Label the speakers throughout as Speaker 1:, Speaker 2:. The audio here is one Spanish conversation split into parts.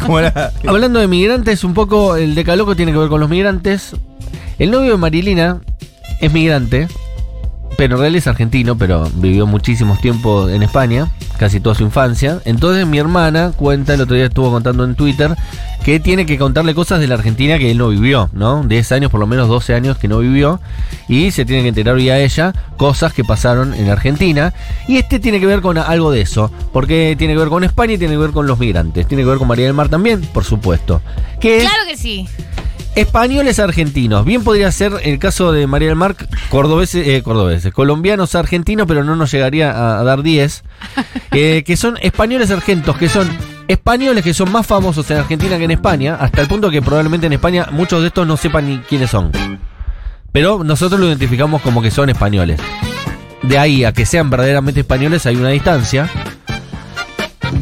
Speaker 1: ¿Cómo era?
Speaker 2: Hablando de migrantes, un poco el decaloco tiene que ver con los migrantes. El novio de Marilina es migrante, pero en realidad es argentino, pero vivió muchísimos tiempos en España, casi toda su infancia. Entonces mi hermana cuenta, el otro día estuvo contando en Twitter, que tiene que contarle cosas de la Argentina que él no vivió, ¿no? 10 años, por lo menos 12 años que no vivió, y se tiene que enterar vía ella cosas que pasaron en Argentina. Y este tiene que ver con algo de eso, porque tiene que ver con España y tiene que ver con los migrantes, tiene que ver con María del Mar también, por supuesto. Que es-
Speaker 3: Claro que sí.
Speaker 2: Españoles argentinos. Bien podría ser el caso de María del Mar, cordobeses, eh, cordobeses, colombianos argentinos, pero no nos llegaría a, a dar 10. eh, que son españoles argentos, que son españoles que son más famosos en Argentina que en España, hasta el punto que probablemente en España muchos de estos no sepan ni quiénes son. Pero nosotros lo identificamos como que son españoles. De ahí a que sean verdaderamente españoles hay una distancia.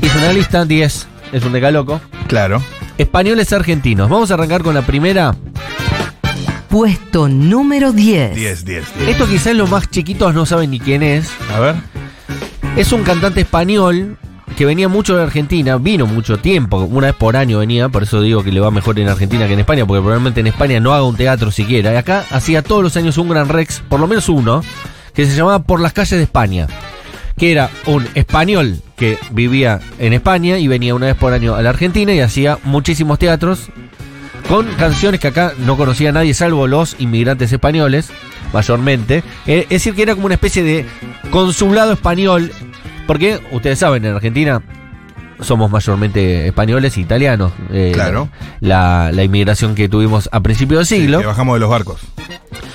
Speaker 2: Hice una lista, 10. Es un decaloco.
Speaker 1: Claro.
Speaker 2: Españoles argentinos. Vamos a arrancar con la primera.
Speaker 4: Puesto número 10.
Speaker 1: 10, 10, 10.
Speaker 2: Esto quizás los más chiquitos no saben ni quién es.
Speaker 1: A ver.
Speaker 2: Es un cantante español que venía mucho de Argentina, vino mucho tiempo, una vez por año venía, por eso digo que le va mejor en Argentina que en España, porque probablemente en España no haga un teatro siquiera. Y acá hacía todos los años un gran Rex, por lo menos uno, que se llamaba Por las calles de España, que era un español que vivía en España y venía una vez por año a la Argentina y hacía muchísimos teatros con canciones que acá no conocía nadie salvo los inmigrantes españoles, mayormente. Eh, es decir, que era como una especie de consulado español, porque ustedes saben, en Argentina somos mayormente españoles e italianos. eh,
Speaker 1: Claro.
Speaker 2: La, la inmigración que tuvimos a principio del siglo.
Speaker 1: Que bajamos de los barcos.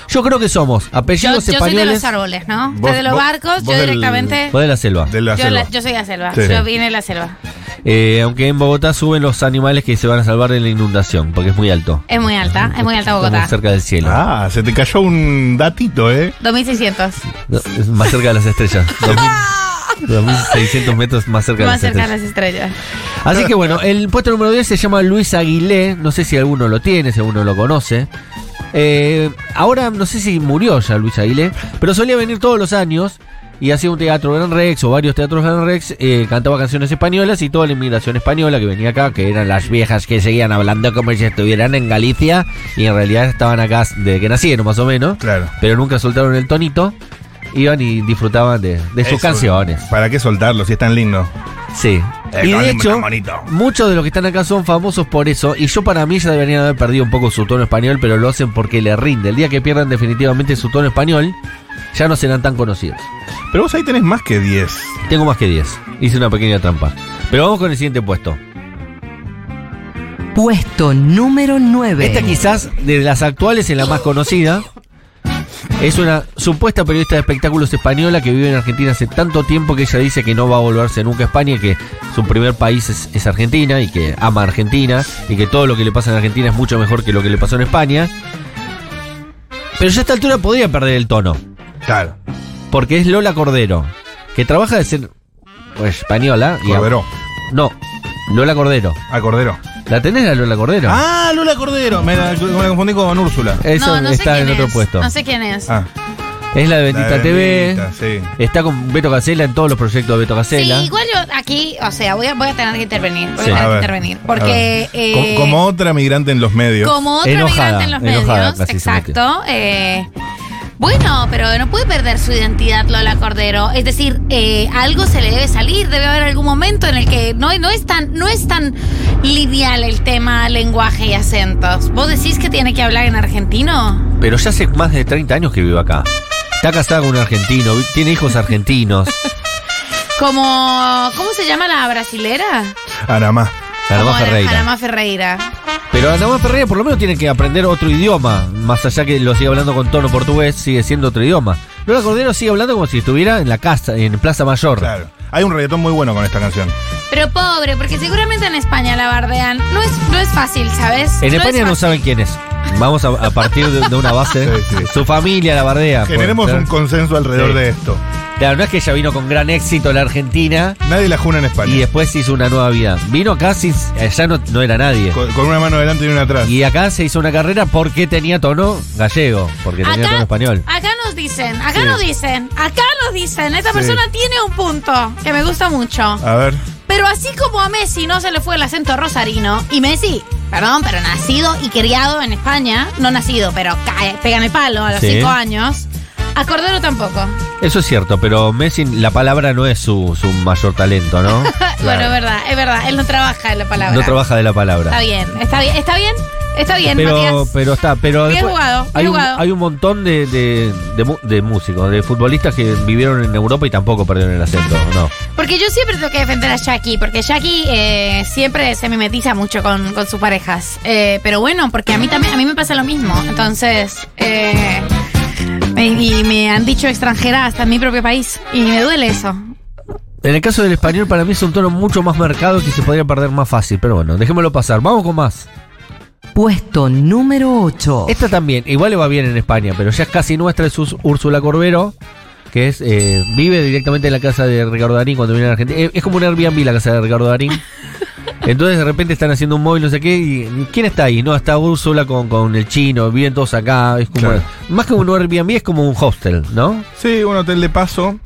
Speaker 2: Yo creo que somos
Speaker 3: Yo,
Speaker 2: apellidos
Speaker 3: yo soy de
Speaker 2: españoles.
Speaker 3: los árboles, ¿no?
Speaker 1: Vos-
Speaker 3: Usted de los
Speaker 1: vos-
Speaker 3: barcos,
Speaker 1: vos
Speaker 3: yo
Speaker 1: del-
Speaker 3: directamente.
Speaker 2: Vos de la selva.
Speaker 1: De la
Speaker 3: yo,
Speaker 1: selva.
Speaker 3: la- yo soy de la selva.
Speaker 1: Sí.
Speaker 3: Yo vine de la selva.
Speaker 2: Eh, aunque en Bogotá suben los animales que se van a salvar de la inundación, porque es muy alto.
Speaker 3: Es muy alta, Ah, es muy alta Bogotá.
Speaker 2: Estamos cerca del cielo.
Speaker 1: Ah, se te cayó un datito, ¿eh?
Speaker 3: 2600.
Speaker 2: No, es más cerca de las estrellas. 2000, 2600 metros más cerca de
Speaker 3: Más
Speaker 2: las
Speaker 3: cerca de
Speaker 2: estrellas.
Speaker 3: las estrellas.
Speaker 2: Así que bueno, el puesto número 10 se llama Luis Aguilé. No sé si alguno lo tiene, si alguno lo conoce. Eh, ahora no sé si murió ya Luis Aguilé, pero solía venir todos los años y hacía un teatro Gran Rex o varios teatros Gran Rex. eh, cantaba canciones españolas y toda la inmigración española que venía acá, que eran las viejas que seguían hablando como si estuvieran en Galicia y en realidad estaban acá desde que nacieron, más o menos
Speaker 1: Claro.
Speaker 2: pero nunca soltaron el tonito, iban y disfrutaban de, de sus
Speaker 1: Eso.
Speaker 2: canciones.
Speaker 1: ¿Para qué soltarlo si es tan lindo?
Speaker 2: Sí.
Speaker 1: Eh,
Speaker 2: Y
Speaker 1: con
Speaker 2: de
Speaker 1: el
Speaker 2: hecho,
Speaker 1: monito.
Speaker 2: muchos de los que están acá son famosos por eso, y yo para mí ya deberían haber perdido un poco su tono español, pero lo hacen porque le rinde. El día que pierdan definitivamente su tono español, ya no serán tan conocidos.
Speaker 1: Pero vos ahí tenés más que 10.
Speaker 2: Tengo más que 10, hice una pequeña trampa. Pero vamos con el siguiente puesto.
Speaker 4: Puesto número 9.
Speaker 2: Esta quizás de las actuales es la más conocida. Es una supuesta periodista de espectáculos española que vive en Argentina hace tanto tiempo que ella dice que no va a volverse nunca a España y que su primer país es, es Argentina y que ama a Argentina y que todo lo que le pasa en Argentina es mucho mejor que lo que le pasó en España. Pero ya a esta altura podría perder el tono,
Speaker 1: Claro.
Speaker 2: porque es Lola Cordero, que trabaja de ser pues, española. y-
Speaker 1: Cordero.
Speaker 2: No, Lola Cordero.
Speaker 1: Ah, Cordero.
Speaker 2: ¿La tenés a Lola Cordero?
Speaker 1: Ah, Lola Cordero. Me la, me la confundí con Úrsula.
Speaker 2: Eso
Speaker 3: no, no
Speaker 2: está
Speaker 3: sé
Speaker 2: en
Speaker 3: quién
Speaker 2: otro
Speaker 3: es.
Speaker 2: puesto.
Speaker 3: No sé quién es.
Speaker 1: Ah,
Speaker 2: Es la de Bendita
Speaker 1: la de
Speaker 2: TV.
Speaker 1: Bendita, sí.
Speaker 2: Está con Beto Casella en todos los proyectos de Beto
Speaker 3: Sí,
Speaker 2: Casella.
Speaker 3: igual yo aquí, o sea, voy a, voy a tener que intervenir. Voy
Speaker 2: Sí.
Speaker 3: a tener
Speaker 1: A
Speaker 3: que
Speaker 1: ver,
Speaker 3: intervenir.
Speaker 1: a
Speaker 3: Porque.
Speaker 1: ver. Co-
Speaker 3: eh,
Speaker 1: como otra migrante en los medios.
Speaker 3: como otra
Speaker 2: Enojada,
Speaker 3: migrante en los
Speaker 2: enojada
Speaker 3: medios.
Speaker 2: casi se metió.
Speaker 3: Exacto. eh, bueno, pero no puede perder su identidad Lola Cordero. Es decir, eh, algo se le debe salir. Debe haber algún momento en el que no, no, es tan, no es tan lineal el tema lenguaje y acentos. ¿Vos decís que tiene que hablar en argentino?
Speaker 2: Pero ya hace más de 30 años que vive acá. Está casada con un argentino, vi- tiene hijos argentinos.
Speaker 3: Como. ¿Cómo se llama la brasilera?
Speaker 1: Ana Ah, más.
Speaker 2: Anamá
Speaker 3: Como era
Speaker 2: Ferreira.
Speaker 3: Anamá Ferreira.
Speaker 2: Pero Anamá Ferreira por lo menos tiene que aprender otro idioma. Más allá que lo sigue hablando con tono portugués, sigue siendo otro idioma. Lola Cordero sigue hablando como si estuviera en la casa, en Plaza Mayor.
Speaker 1: Claro. Hay un reggaetón muy bueno con esta canción.
Speaker 3: Pero pobre, porque seguramente en España la bardean. No es, no es fácil, ¿sabes?
Speaker 2: En
Speaker 3: No es
Speaker 2: España no
Speaker 3: fácil.
Speaker 2: saben quién es. Vamos a, a partir de, de una base.
Speaker 1: Sí, sí.
Speaker 2: Su familia la bardea. por-
Speaker 1: Generemos un consenso alrededor
Speaker 2: Ah, Sí.
Speaker 1: de esto.
Speaker 2: Claro, no es que ella vino con gran éxito a la Argentina.
Speaker 1: Nadie la juna en España.
Speaker 2: Y después hizo una nueva vida. Vino acá sin. Allá no, no era nadie.
Speaker 1: con, con una mano delante y una atrás.
Speaker 2: Y acá se hizo una carrera porque tenía tono gallego, porque tenía tono español.
Speaker 3: Acá nos dicen, acá
Speaker 1: Sí.
Speaker 3: nos dicen, acá nos dicen. Esta
Speaker 1: Sí.
Speaker 2: Ah.
Speaker 3: persona tiene un punto que me gusta mucho.
Speaker 1: A ver.
Speaker 3: Pero así como a Messi no se le fue el acento rosarino, y Messi, perdón, pero nacido y criado en España, no nacido, pero cae, pega en el palo a los
Speaker 2: Sí.
Speaker 3: cinco años, a Cordero tampoco.
Speaker 2: Eso es cierto, pero Messi, la palabra no es su, su mayor talento, ¿no?
Speaker 3: Bueno, es verdad, es verdad, él no trabaja en la palabra.
Speaker 2: No trabaja de la palabra.
Speaker 3: Está bien, está bien, está bien, está bien,
Speaker 2: pero,
Speaker 3: Matías.
Speaker 2: pero está, pero
Speaker 3: Bien
Speaker 2: después
Speaker 3: jugado, bien
Speaker 2: hay, un,
Speaker 3: jugado.
Speaker 2: hay un montón de, de- de mu- de músicos, de futbolistas que vivieron en Europa y tampoco perdieron el acento, ¿no?
Speaker 3: Porque yo siempre tengo que defender a Jackie, porque Jackie eh, siempre se mimetiza mucho con, con sus parejas. Eh, pero bueno, porque a mí también, a mí me pasa lo mismo. Entonces, eh, me- y me han dicho extranjera hasta en mi propio país. Y me duele eso.
Speaker 2: En el caso del español, para mí es un tono mucho más marcado que se podría perder más fácil, pero bueno, dejémoslo pasar. Vamos con más.
Speaker 4: Puesto número 8.
Speaker 2: Esta también, igual le va bien en España, pero ya es casi nuestra, es Ús- Úrsula Corbero, que es eh, vive directamente en la casa de Ricardo Darín cuando viene a Argentina. Eh, es como un Airbnb la casa de Ricardo Darín. Entonces de repente están haciendo un móvil, no sé qué, y ¿quién está ahí? No, está Úrsula con, con el chino, viven todos acá, es como...
Speaker 1: Claro.
Speaker 2: Más que un Airbnb es como un hostel, ¿no?
Speaker 1: Sí, un hotel de paso.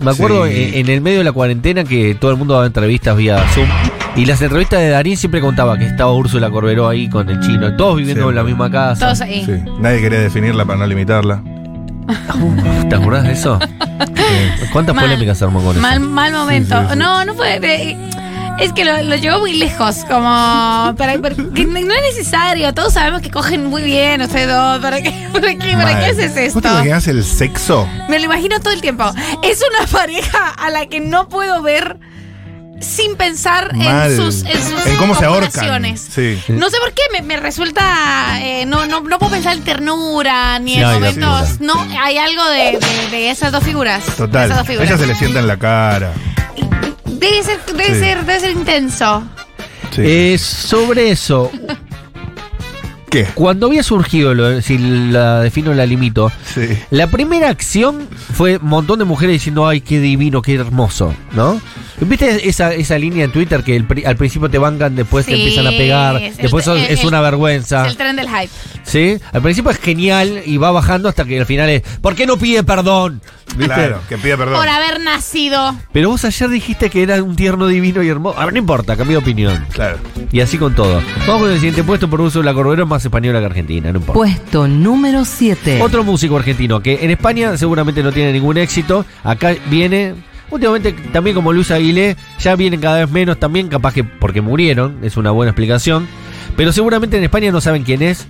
Speaker 2: Me acuerdo
Speaker 1: Sí.
Speaker 2: eh, en el medio de la cuarentena que todo el mundo daba entrevistas vía Zoom. Y las entrevistas de Darín siempre contaba que estaba Úrsula Corberó ahí con el chino, todos viviendo
Speaker 1: Siempre.
Speaker 2: en la misma casa.
Speaker 3: Todos eh, ahí.
Speaker 1: Sí. Nadie quería definirla para no limitarla.
Speaker 2: ¿Te acordás de eso? ¿Cuántas
Speaker 3: Mal.
Speaker 2: polémicas se armó con
Speaker 3: Mal,
Speaker 2: eso?
Speaker 3: mal momento.
Speaker 1: Sí, sí, sí.
Speaker 3: No, no fue. eh, es que lo, lo llevó muy lejos, como para, para- que no es necesario. Todos sabemos que cogen muy bien ustedes dos. ¿Para qué, para qué, para qué
Speaker 1: Mal.
Speaker 3: haces esto?
Speaker 1: ¿Vos te imaginás el sexo?
Speaker 3: Me lo imagino todo el tiempo. Es una pareja a la que no puedo ver sin pensar
Speaker 1: Mal.
Speaker 3: en sus en sus
Speaker 1: En cómo se ahorcan.
Speaker 3: comparaciones.
Speaker 1: Sí.
Speaker 3: No sé por qué me, me resulta eh, no, no no puedo pensar en ternura ni
Speaker 2: Sí,
Speaker 3: en
Speaker 2: hay la
Speaker 3: momentos no hay algo de, de- de esas dos figuras de
Speaker 1: Total.
Speaker 3: esas dos figuras.
Speaker 1: Ella se le sienta en la cara.
Speaker 3: debe ser debe
Speaker 1: Sí.
Speaker 3: ser debe ser intenso
Speaker 1: Sí.
Speaker 2: Eh, sobre eso,
Speaker 1: ¿Qué?
Speaker 2: cuando había surgido, lo- si la defino la limito,
Speaker 1: Sí.
Speaker 2: la primera acción fue un montón de mujeres diciendo, ay, qué divino, qué hermoso, ¿no? ¿Viste esa, esa línea en Twitter que el pri- al principio te bancan, después te
Speaker 3: Sí,
Speaker 2: empiezan a pegar,
Speaker 3: es el-
Speaker 2: después sos-
Speaker 3: el-
Speaker 2: es
Speaker 3: el-
Speaker 2: una
Speaker 1: Ah.
Speaker 2: vergüenza?
Speaker 3: es el tren del hype
Speaker 2: ¿Sí? Al principio es genial y va bajando hasta que al final es, ¿por qué no pide perdón? ¿Viste?
Speaker 1: Claro, que pida perdón.
Speaker 3: por haber nacido
Speaker 2: Pero vos ayer dijiste que era un tierno divino y hermoso. A ver, no importa, cambié de opinión.
Speaker 1: Claro.
Speaker 2: Y así con todo. Vamos con el siguiente puesto por uso de la Corbero es más española que argentina, no importa.
Speaker 4: Puesto número 7.
Speaker 2: Otro músico argentino que en España seguramente no tiene ningún éxito. Acá viene, últimamente también como Luis Aguilé, ya vienen cada vez menos también, capaz que porque murieron, es una buena explicación. Pero seguramente en España no saben quién es.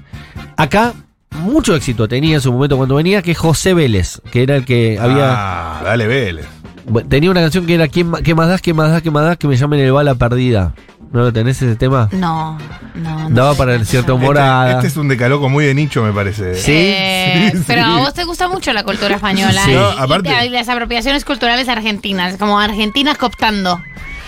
Speaker 2: Acá mucho éxito tenía en su momento cuando venía, que es José Vélez, que era el que había...
Speaker 1: Ah, dale Vélez.
Speaker 2: Bueno, Tenía una canción que era ¿Quién ma- ¿Qué más das? ¿Qué más das? ¿Qué más das? Que me llamen el bala perdida. ¿No lo tenés ese tema?
Speaker 3: no no, no
Speaker 2: Daba
Speaker 3: sé
Speaker 2: para
Speaker 3: qué
Speaker 2: el
Speaker 3: pasó.
Speaker 2: cierto humor. Morada.
Speaker 1: Este, este es un decaloco muy de nicho, me parece.
Speaker 2: Sí.
Speaker 3: Eh,
Speaker 1: sí,
Speaker 3: pero a
Speaker 1: sí.
Speaker 3: vos te gusta mucho la cultura española
Speaker 2: Sí.
Speaker 3: y,
Speaker 1: No, aparte-
Speaker 3: y las apropiaciones culturales argentinas, como argentinas cooptando.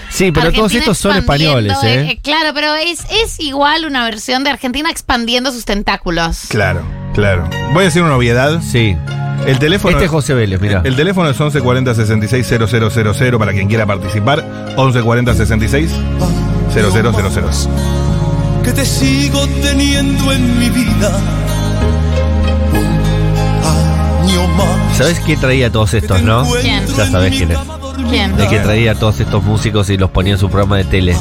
Speaker 2: Sí, pero todos
Speaker 3: Argentina
Speaker 2: estos son
Speaker 3: expandiendo,
Speaker 2: españoles, ¿eh?
Speaker 3: eh, claro, pero es, es igual una versión de Argentina expandiendo sus tentáculos.
Speaker 1: Claro, claro. Voy a decir una obviedad.
Speaker 2: Sí.
Speaker 1: El teléfono.
Speaker 2: Este es José Vélez, mirá.
Speaker 1: El teléfono es 1140 66 000 para quien quiera participar. 1140 66 0000.
Speaker 5: que te sigo teniendo en mi vida. Un año más.
Speaker 2: ¿Sabés quién traía todos estos, no?
Speaker 3: ¿Quién?
Speaker 2: Ya sabés quién es.
Speaker 3: ¿Quién?
Speaker 2: El que
Speaker 1: Claro.
Speaker 2: traía a todos estos músicos y los ponía en su programa de tele.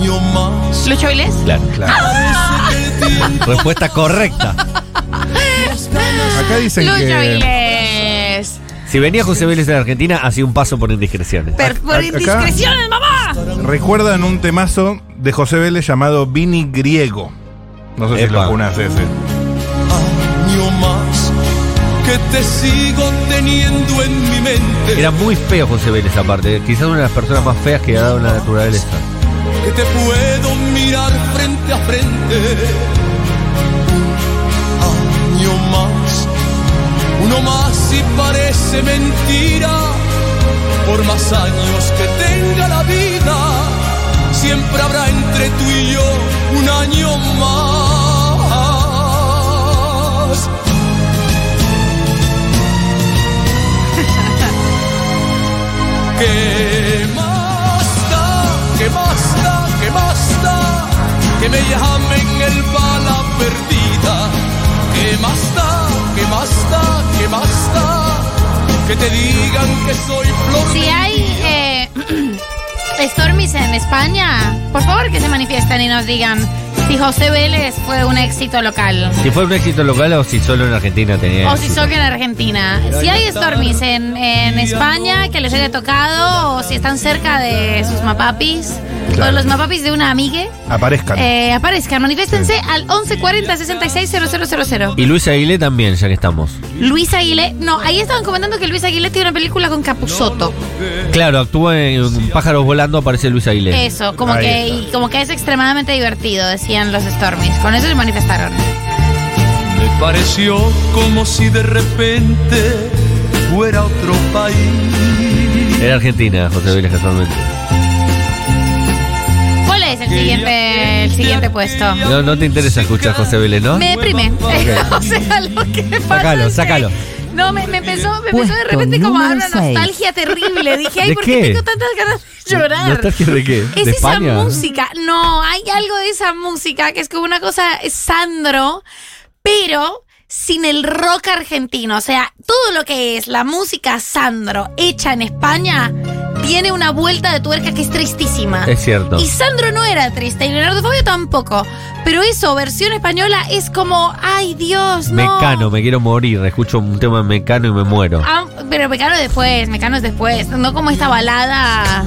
Speaker 5: Año más.
Speaker 3: ¿Lucho Vilés?
Speaker 2: Claro.
Speaker 1: Claro.
Speaker 2: Respuesta correcta.
Speaker 1: Acá dicen
Speaker 3: Lucho
Speaker 1: que.
Speaker 3: Vilés.
Speaker 2: Si venía José Vélez a la Argentina, hacía un paso por indiscreciones.
Speaker 3: Pero
Speaker 1: a-
Speaker 3: por
Speaker 1: acá-
Speaker 3: indiscreciones, mamá.
Speaker 1: Recuerdan un temazo de José Vélez llamado Vini Griego. No sé si
Speaker 2: Epa.
Speaker 1: lo junás ese.
Speaker 5: Año más. Que te sigo teniendo en mi mente.
Speaker 2: Era muy feo José Vélez aparte. Quizás una de las personas más feas que ha dado la naturaleza.
Speaker 5: Que te puedo mirar frente a frente. Un año más. Uno más y parece mentira. Por más años que tenga la vida, siempre habrá entre tú y yo un año más. Que basta, que basta, que basta, que me llamen el bala perdida. Que basta, que basta, que basta, que te digan que soy flor.
Speaker 3: Si
Speaker 5: de
Speaker 3: hay eh, Stormis en España, por favor que se manifiesten y nos digan si José Vélez fue un éxito local.
Speaker 2: Si fue un éxito local o si solo en Argentina
Speaker 1: Eh,
Speaker 2: tenía.
Speaker 3: O si
Speaker 2: éxito.
Speaker 3: son en Argentina. Si hay Stormis en, en España que les haya tocado, o si están cerca de sus mapapis, o
Speaker 1: Claro.
Speaker 3: los mapapis de una amigue,
Speaker 1: Aparezcan.
Speaker 3: eh, aparezcan, manifiestense al 1140 66 000.
Speaker 2: Y Luis Aguilé también, ya que estamos.
Speaker 3: Luis Aguilé, no, ahí estaban comentando que Luis Aguilé tiene una película con Capusotto.
Speaker 2: Claro, actúa en Pájaros Volando, aparece Luis Aguilé.
Speaker 3: Eso, como
Speaker 1: Ahí
Speaker 3: que, y como que es extremadamente divertido, decían los Stormies. Con eso se manifestaron.
Speaker 5: Me pareció como si de repente fuera otro país.
Speaker 3: Este.
Speaker 2: Era Argentina, José Vélez, casualmente.
Speaker 3: ¿Cuál es el siguiente, el siguiente puesto?
Speaker 2: No, no te interesa escuchar a José Vélez, ¿no?
Speaker 3: Me deprime. o sea, lo que pasa.
Speaker 2: Sácalo,
Speaker 3: es que-
Speaker 2: sácalo.
Speaker 3: No, me, me empezó, me empezó
Speaker 4: Puesto
Speaker 3: de repente como a dar una
Speaker 4: número seis.
Speaker 3: nostalgia terrible. Dije, ay,
Speaker 2: ¿De
Speaker 3: ¿por qué?
Speaker 2: qué?
Speaker 3: tengo tantas ganas de llorar?
Speaker 2: ¿Nostalgia de qué?
Speaker 3: Es
Speaker 2: ¿De
Speaker 3: esa
Speaker 2: España?
Speaker 3: música. No, hay algo de esa música que es como una cosa es Sandro, pero sin el rock argentino. O sea, todo lo que es la música Sandro hecha en España tiene una vuelta de tuerca que es tristísima.
Speaker 2: Es cierto.
Speaker 3: Y Sandro no era triste y Leonardo Fabio tampoco. Pero eso, versión española, es como, ay Dios, no.
Speaker 2: Mecano, me quiero morir. Escucho un tema de Mecano y me muero.
Speaker 3: Ah, pero Mecano es después, Mecano es después. No como esta balada.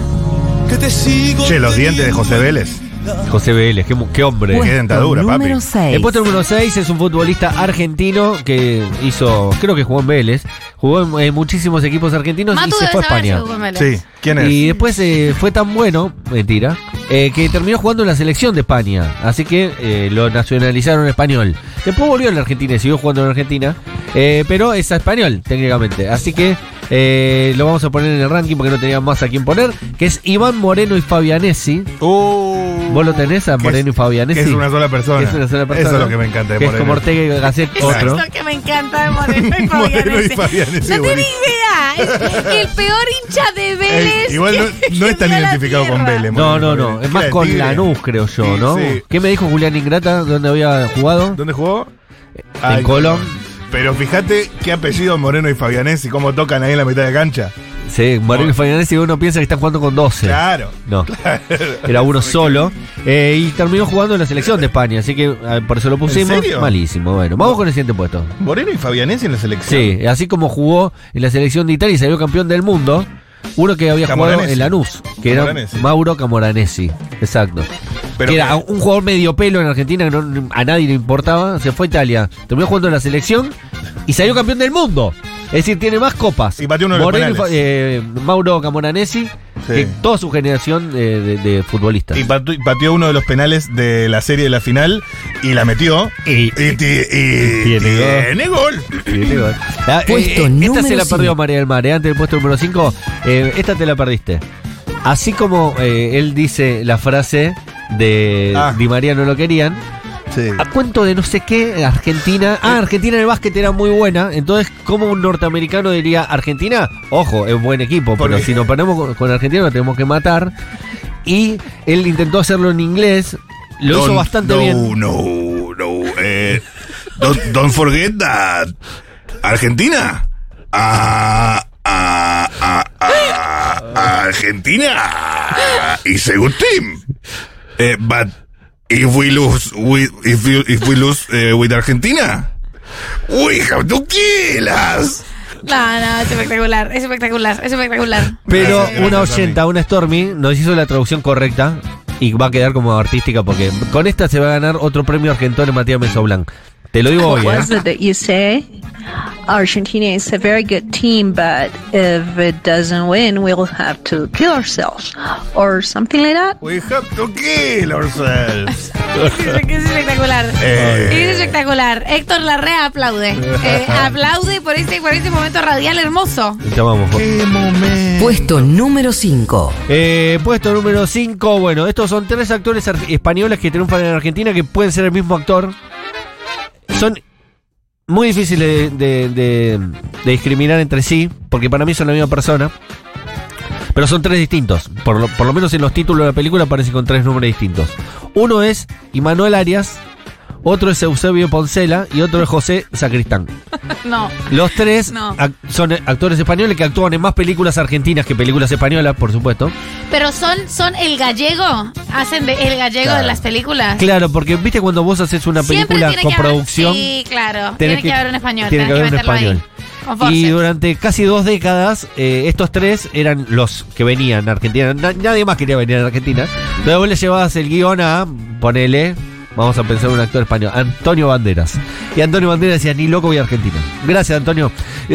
Speaker 5: Que te sigo.
Speaker 1: Che, los dientes de José Vélez.
Speaker 2: José Vélez, qué, mu- qué hombre.
Speaker 1: Qué
Speaker 4: Puesto
Speaker 1: dentadura, papi.
Speaker 4: número 6.
Speaker 2: El puesto número 6 es un futbolista argentino que hizo, creo que jugó en Vélez, jugó en, en muchísimos equipos argentinos y
Speaker 3: Matu
Speaker 2: se
Speaker 3: debe
Speaker 2: fue a
Speaker 3: saber
Speaker 2: España.
Speaker 3: si jugó en Vélez.
Speaker 1: Sí, ¿quién es?
Speaker 2: Y después eh, fue tan bueno, mentira, eh, que terminó jugando en la selección de España. Así que eh, lo nacionalizaron español. Después volvió a la Argentina y siguió jugando en la Argentina. eh, pero es español, técnicamente. Así que eh, lo vamos a poner en el ranking porque no tenía más a quién poner. Que es Iván Moreno y Fabianesi.
Speaker 1: Uh,
Speaker 2: ¿Vos lo tenés a
Speaker 1: que
Speaker 2: Moreno y
Speaker 1: es-
Speaker 2: Fabianesi?
Speaker 1: que es una sola persona.
Speaker 2: Es una sola persona.
Speaker 1: Eso es lo que me encanta de
Speaker 2: Que es
Speaker 1: Moreno.
Speaker 2: como Ortega y Gasset,
Speaker 3: Eso es
Speaker 2: otro.
Speaker 3: lo que me encanta de Moreno y
Speaker 1: Moreno y
Speaker 3: Fabián.
Speaker 1: Fabianese,
Speaker 3: No tenía
Speaker 1: buenísimo.
Speaker 3: idea. Es el peor hincha de Vélez.
Speaker 1: Ey, igual no,
Speaker 3: que-
Speaker 1: no
Speaker 3: que
Speaker 1: es tan
Speaker 3: vio la
Speaker 1: identificado con
Speaker 3: tierra.
Speaker 1: Vélez.
Speaker 2: No,
Speaker 1: Moreno
Speaker 2: no,
Speaker 1: y
Speaker 2: no.
Speaker 1: Fabianese.
Speaker 2: Es más
Speaker 1: Era
Speaker 2: con
Speaker 1: Tigre.
Speaker 2: Lanús, creo yo,
Speaker 1: Sí,
Speaker 2: ¿no?
Speaker 1: sí.
Speaker 2: ¿Qué me dijo Julián Ingrata? ¿Dónde había jugado?
Speaker 1: ¿Dónde jugó?
Speaker 2: En Colón.
Speaker 1: Pero fíjate qué apellido Moreno y Fabianesi, cómo tocan ahí en la mitad de cancha.
Speaker 2: Sí, Moreno y Fabianesi uno piensa que están jugando con 12.
Speaker 1: Claro.
Speaker 2: No, era uno solo. Eh, y terminó jugando en la selección de España, así que eh, por eso lo pusimos.
Speaker 1: serio?
Speaker 2: Malísimo, bueno. Vamos con el siguiente puesto.
Speaker 1: Moreno y Fabianesi en la selección.
Speaker 2: Sí, así como jugó en la selección de Italia y salió campeón del mundo, uno que había jugado
Speaker 1: Camoranesi.
Speaker 2: en Lanús, que era
Speaker 1: Camoranesi.
Speaker 2: Mauro Camoranesi. Exacto.
Speaker 1: Pero
Speaker 2: que era
Speaker 1: que-
Speaker 2: un jugador medio pelo en Argentina que no- a nadie le importaba. Se fue a Italia, terminó jugando en la selección y salió campeón del mundo. Es decir, tiene más copas.
Speaker 1: Y pateó uno de los
Speaker 2: Moreno y
Speaker 1: penales.
Speaker 2: Fa- eh, Mauro Camoranesi, que toda su generación eh, de, de futbolistas.
Speaker 1: Y patu- y pateó uno de los penales de la serie de la final y la metió.
Speaker 4: Eh,
Speaker 2: Y-
Speaker 1: y, ti- y-
Speaker 2: tiene
Speaker 1: tiene gol.
Speaker 2: La-
Speaker 4: eh,
Speaker 2: eh,
Speaker 4: Puesto
Speaker 2: esta
Speaker 4: número
Speaker 2: se la perdió
Speaker 4: cinco.
Speaker 2: María del Mar, eh, antes del puesto número 5. esta te la perdiste. Así como eh, él dice la frase de
Speaker 1: Ah.
Speaker 2: Di María no lo querían,
Speaker 1: Sí.
Speaker 2: a cuento de no sé qué, Argentina.
Speaker 1: Eh.
Speaker 2: Ah, Argentina en el básquet era muy buena. Entonces, como un norteamericano diría Argentina? Ojo, es buen equipo, pero
Speaker 1: Porque-
Speaker 2: si nos ponemos con, con Argentina lo tenemos que matar. Y él intentó hacerlo en inglés. Lo hizo
Speaker 1: Don't-
Speaker 2: bastante
Speaker 1: no,
Speaker 2: bien.
Speaker 1: No, no, eh, don't, don't forget that. Argentina. Ah, ah, ah, ah, Argentina is a good team. Eh, but if we lose with if you, if we lose eh, with Argentina, we have to kill us.
Speaker 3: No, no, es espectacular, es espectacular, es espectacular.
Speaker 2: Pero
Speaker 1: Gracias,
Speaker 2: una
Speaker 1: gracias,
Speaker 2: oyenta, una Stormy, nos hizo la traducción correcta y va a quedar como artística porque con esta se va a ganar otro premio argentino en Matías Mesoblan. Te lo digo hoy, ¿eh?
Speaker 6: was it that you say? Argentina is a very good team, but if it doesn't win, we'll have to kill ourselves or something like that.
Speaker 1: We have to kill ourselves.
Speaker 3: Es espectacular.
Speaker 1: Eh.
Speaker 3: Es espectacular. Héctor Larrea aplaude. Eh, aplaude por este, por este momento radial hermoso.
Speaker 2: Te amamos, Jorge.
Speaker 1: Qué momento.
Speaker 4: Puesto número 5.
Speaker 2: Eh, puesto número 5. Bueno, estos son tres actores ar- españoles que triunfan en Argentina que pueden ser el mismo actor. Son muy difíciles de, de- de- de discriminar entre sí, porque para mí son la misma persona. Pero son tres distintos. Por lo, por lo menos en los títulos de la película aparecen con tres nombres distintos. Uno es Immanuel Arias, otro es Eusebio Poncela y otro es José Sacristán.
Speaker 3: No.
Speaker 2: Los tres
Speaker 3: No.
Speaker 2: ac- son eh, actores españoles que actúan en más películas argentinas que películas españolas, por supuesto.
Speaker 3: Pero son, son el gallego. Hacen de- el gallego
Speaker 2: Claro.
Speaker 3: de las películas.
Speaker 2: Claro, porque viste cuando vos haces una
Speaker 3: Siempre
Speaker 2: película
Speaker 3: tiene que
Speaker 2: con
Speaker 3: haber-
Speaker 2: producción.
Speaker 3: Sí, claro.
Speaker 2: tenés
Speaker 3: Tiene que,
Speaker 2: que-
Speaker 3: haber un español.
Speaker 2: tiene que
Speaker 3: tenés
Speaker 2: haber un
Speaker 3: meterlo ahí, con
Speaker 2: Y
Speaker 3: forceps.
Speaker 2: durante casi dos décadas, eh, estos tres eran los que venían a Argentina. Na- nadie más quería venir a Argentina. Entonces vos le llevabas el guión a, ponele, vamos a pensar en un actor español, Antonio Banderas. Y Antonio Banderas decía, ni loco voy a Argentina. Gracias, Antonio.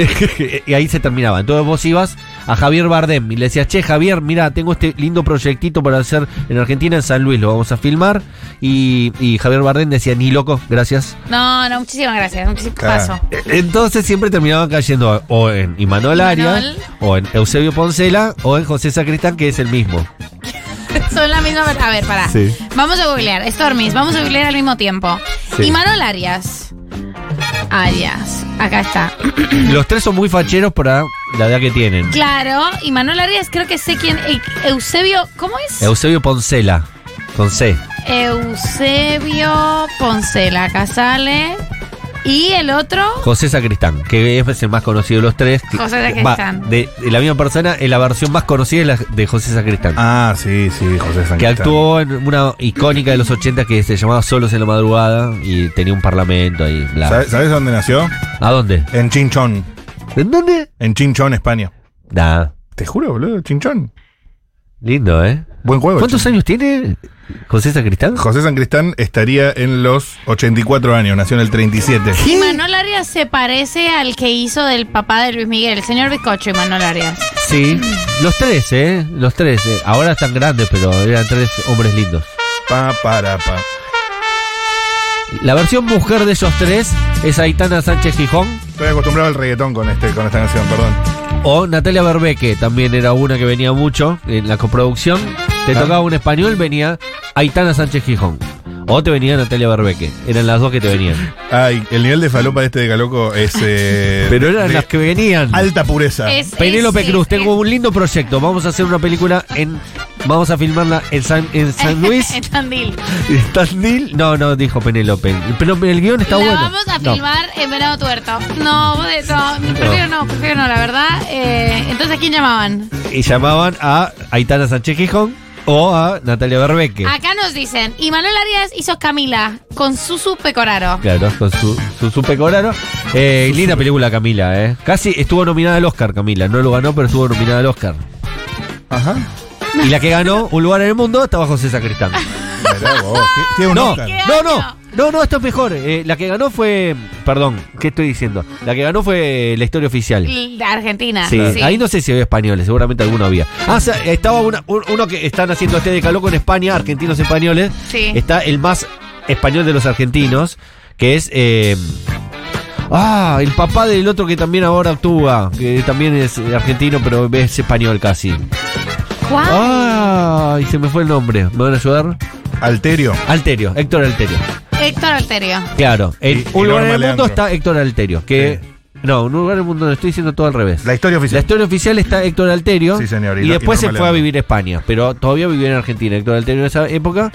Speaker 2: y ahí se terminaba. Entonces vos ibas a Javier Bardem y le decías, che, Javier, mira, tengo este lindo proyectito para hacer en Argentina, en San Luis, lo vamos a filmar. Y, y Javier Bardem decía, ni loco, gracias.
Speaker 3: No, no, muchísimas gracias. Muchísimas
Speaker 1: Claro.
Speaker 3: paso.
Speaker 2: Entonces siempre terminaban cayendo o en Imanol Arias,
Speaker 3: Imanol.
Speaker 2: o en Eusebio Poncela, o en José Sacristán, que es el mismo.
Speaker 3: Son la misma. A ver, pará.
Speaker 2: Sí.
Speaker 3: Vamos a googlear. Stormis, vamos a googlear al mismo tiempo.
Speaker 2: Sí.
Speaker 3: Y Manuel Arias. Arias. Acá está.
Speaker 2: Los tres son muy facheros para la edad que tienen.
Speaker 3: Claro. Y Manuel Arias, creo que sé quién. E- Eusebio. ¿Cómo es?
Speaker 2: Eusebio Poncela, con C.
Speaker 3: Eusebio Poncela. Acá sale. Y el otro.
Speaker 2: José Sacristán, que es el más conocido de los tres. que-
Speaker 3: José
Speaker 2: va,
Speaker 3: Sacristán.
Speaker 2: de, de la misma persona, eh, la versión más conocida es la de José Sacristán.
Speaker 1: Ah, sí, sí, José Sacristán.
Speaker 2: Que actuó en una icónica de los 80 que se llamaba Solos en la Madrugada y tenía un parlamento ahí. bla.
Speaker 1: ¿Sabes, sabes dónde nació?
Speaker 2: ¿A dónde?
Speaker 1: En Chinchón.
Speaker 2: ¿En dónde?
Speaker 1: En Chinchón, España.
Speaker 2: Nada.
Speaker 1: Te juro, boludo, Chinchón.
Speaker 2: Lindo, ¿eh?
Speaker 1: Buen juego.
Speaker 2: ¿Cuántos años tiene José Sacristán?
Speaker 1: José Sancristán estaría en los 84 años, nació en el 37.
Speaker 3: Y Manuel Arias se parece al que hizo del papá de Luis Miguel, el señor Bizcocho y Manuel Arias.
Speaker 2: Sí, los tres, ¿eh? Los tres. eh. Ahora están grandes, pero eran tres hombres lindos.
Speaker 1: Pa, para, pa.
Speaker 2: La versión mujer de esos tres es Aitana Sánchez Gijón
Speaker 1: Estoy acostumbrado al reggaetón con, este, con esta canción, perdón.
Speaker 2: o Natalia Berbeque, también era una que venía mucho en la coproducción. Te
Speaker 1: Ah.
Speaker 2: tocaba un español, venía Aitana Sánchez Gijón. O te venía Natalia Berbeque. Eran las dos que te venían.
Speaker 1: Ay, el nivel de falopa de este de Galoco es. eh,
Speaker 2: Pero eran
Speaker 1: de
Speaker 2: las que venían.
Speaker 1: Alta pureza.
Speaker 3: Es-
Speaker 2: Ah, Penélope
Speaker 3: es- es-
Speaker 2: Cruz, tengo un lindo proyecto. Vamos a hacer una película en. Vamos a filmarla en San, en San Luis.
Speaker 3: en Tandil.
Speaker 2: ¿Estás Neil? No, no, dijo Penélope. Pero el guión está
Speaker 3: la
Speaker 2: bueno.
Speaker 3: vamos a
Speaker 2: No.
Speaker 3: filmar en Venado Tuerto. No, vos de- no, prefiero no, prefiero no, la verdad. Eh, entonces, ¿a quién llamaban?
Speaker 2: Y llamaban a Aitana Sánchez Gijón o a Natalia Berbeque.
Speaker 3: Acá nos dicen, y Manuel Arias hizo Camila con Susu Pecoraro.
Speaker 2: Claro, con su, su, su pecoraro. Eh, linda película Camila, ¿eh? Casi estuvo nominada al Oscar Camila. No lo ganó, pero estuvo nominada al Oscar.
Speaker 1: Ajá.
Speaker 2: Y la que ganó un lugar en el mundo estaba José Sacristán.
Speaker 1: Mirá vos, tie- Tiene un
Speaker 2: No,
Speaker 1: Oscar.
Speaker 2: no, no. No, no, esto es mejor. Eh, la que ganó fue... Perdón, ¿qué estoy diciendo? La que ganó fue la historia oficial.
Speaker 3: De Argentina.
Speaker 2: Sí, ahí no sé si había españoles, seguramente alguno había. Ah, o sea, estaba una- un- uno que están haciendo este de caloco en España, argentinos españoles.
Speaker 3: Sí.
Speaker 2: Está el más español de los argentinos, que es. eh, ah, el papá del otro que también ahora actúa, que también es eh, argentino, pero es español casi.
Speaker 3: ¿Cuál?
Speaker 2: Ah, y se me fue el nombre. ¿Me van a ayudar?
Speaker 1: Alterio.
Speaker 2: Alterio, Héctor Alterio.
Speaker 3: Héctor Alterio.
Speaker 2: Claro, en
Speaker 1: Y- y
Speaker 2: un lugar
Speaker 1: Norma
Speaker 2: en el mundo
Speaker 1: Leandro.
Speaker 2: está Héctor Alterio, que. No, en un lugar en el mundo no, estoy diciendo todo al revés.
Speaker 1: La historia
Speaker 2: La
Speaker 1: oficial.
Speaker 2: historia oficial está Héctor Alterio.
Speaker 1: Sí, señor, y
Speaker 2: Y,
Speaker 1: no-
Speaker 2: después
Speaker 1: y
Speaker 2: se
Speaker 1: Norma
Speaker 2: fue a
Speaker 1: Leandro.
Speaker 2: vivir a España. Pero todavía vivía en Argentina, Héctor Alterio en esa época.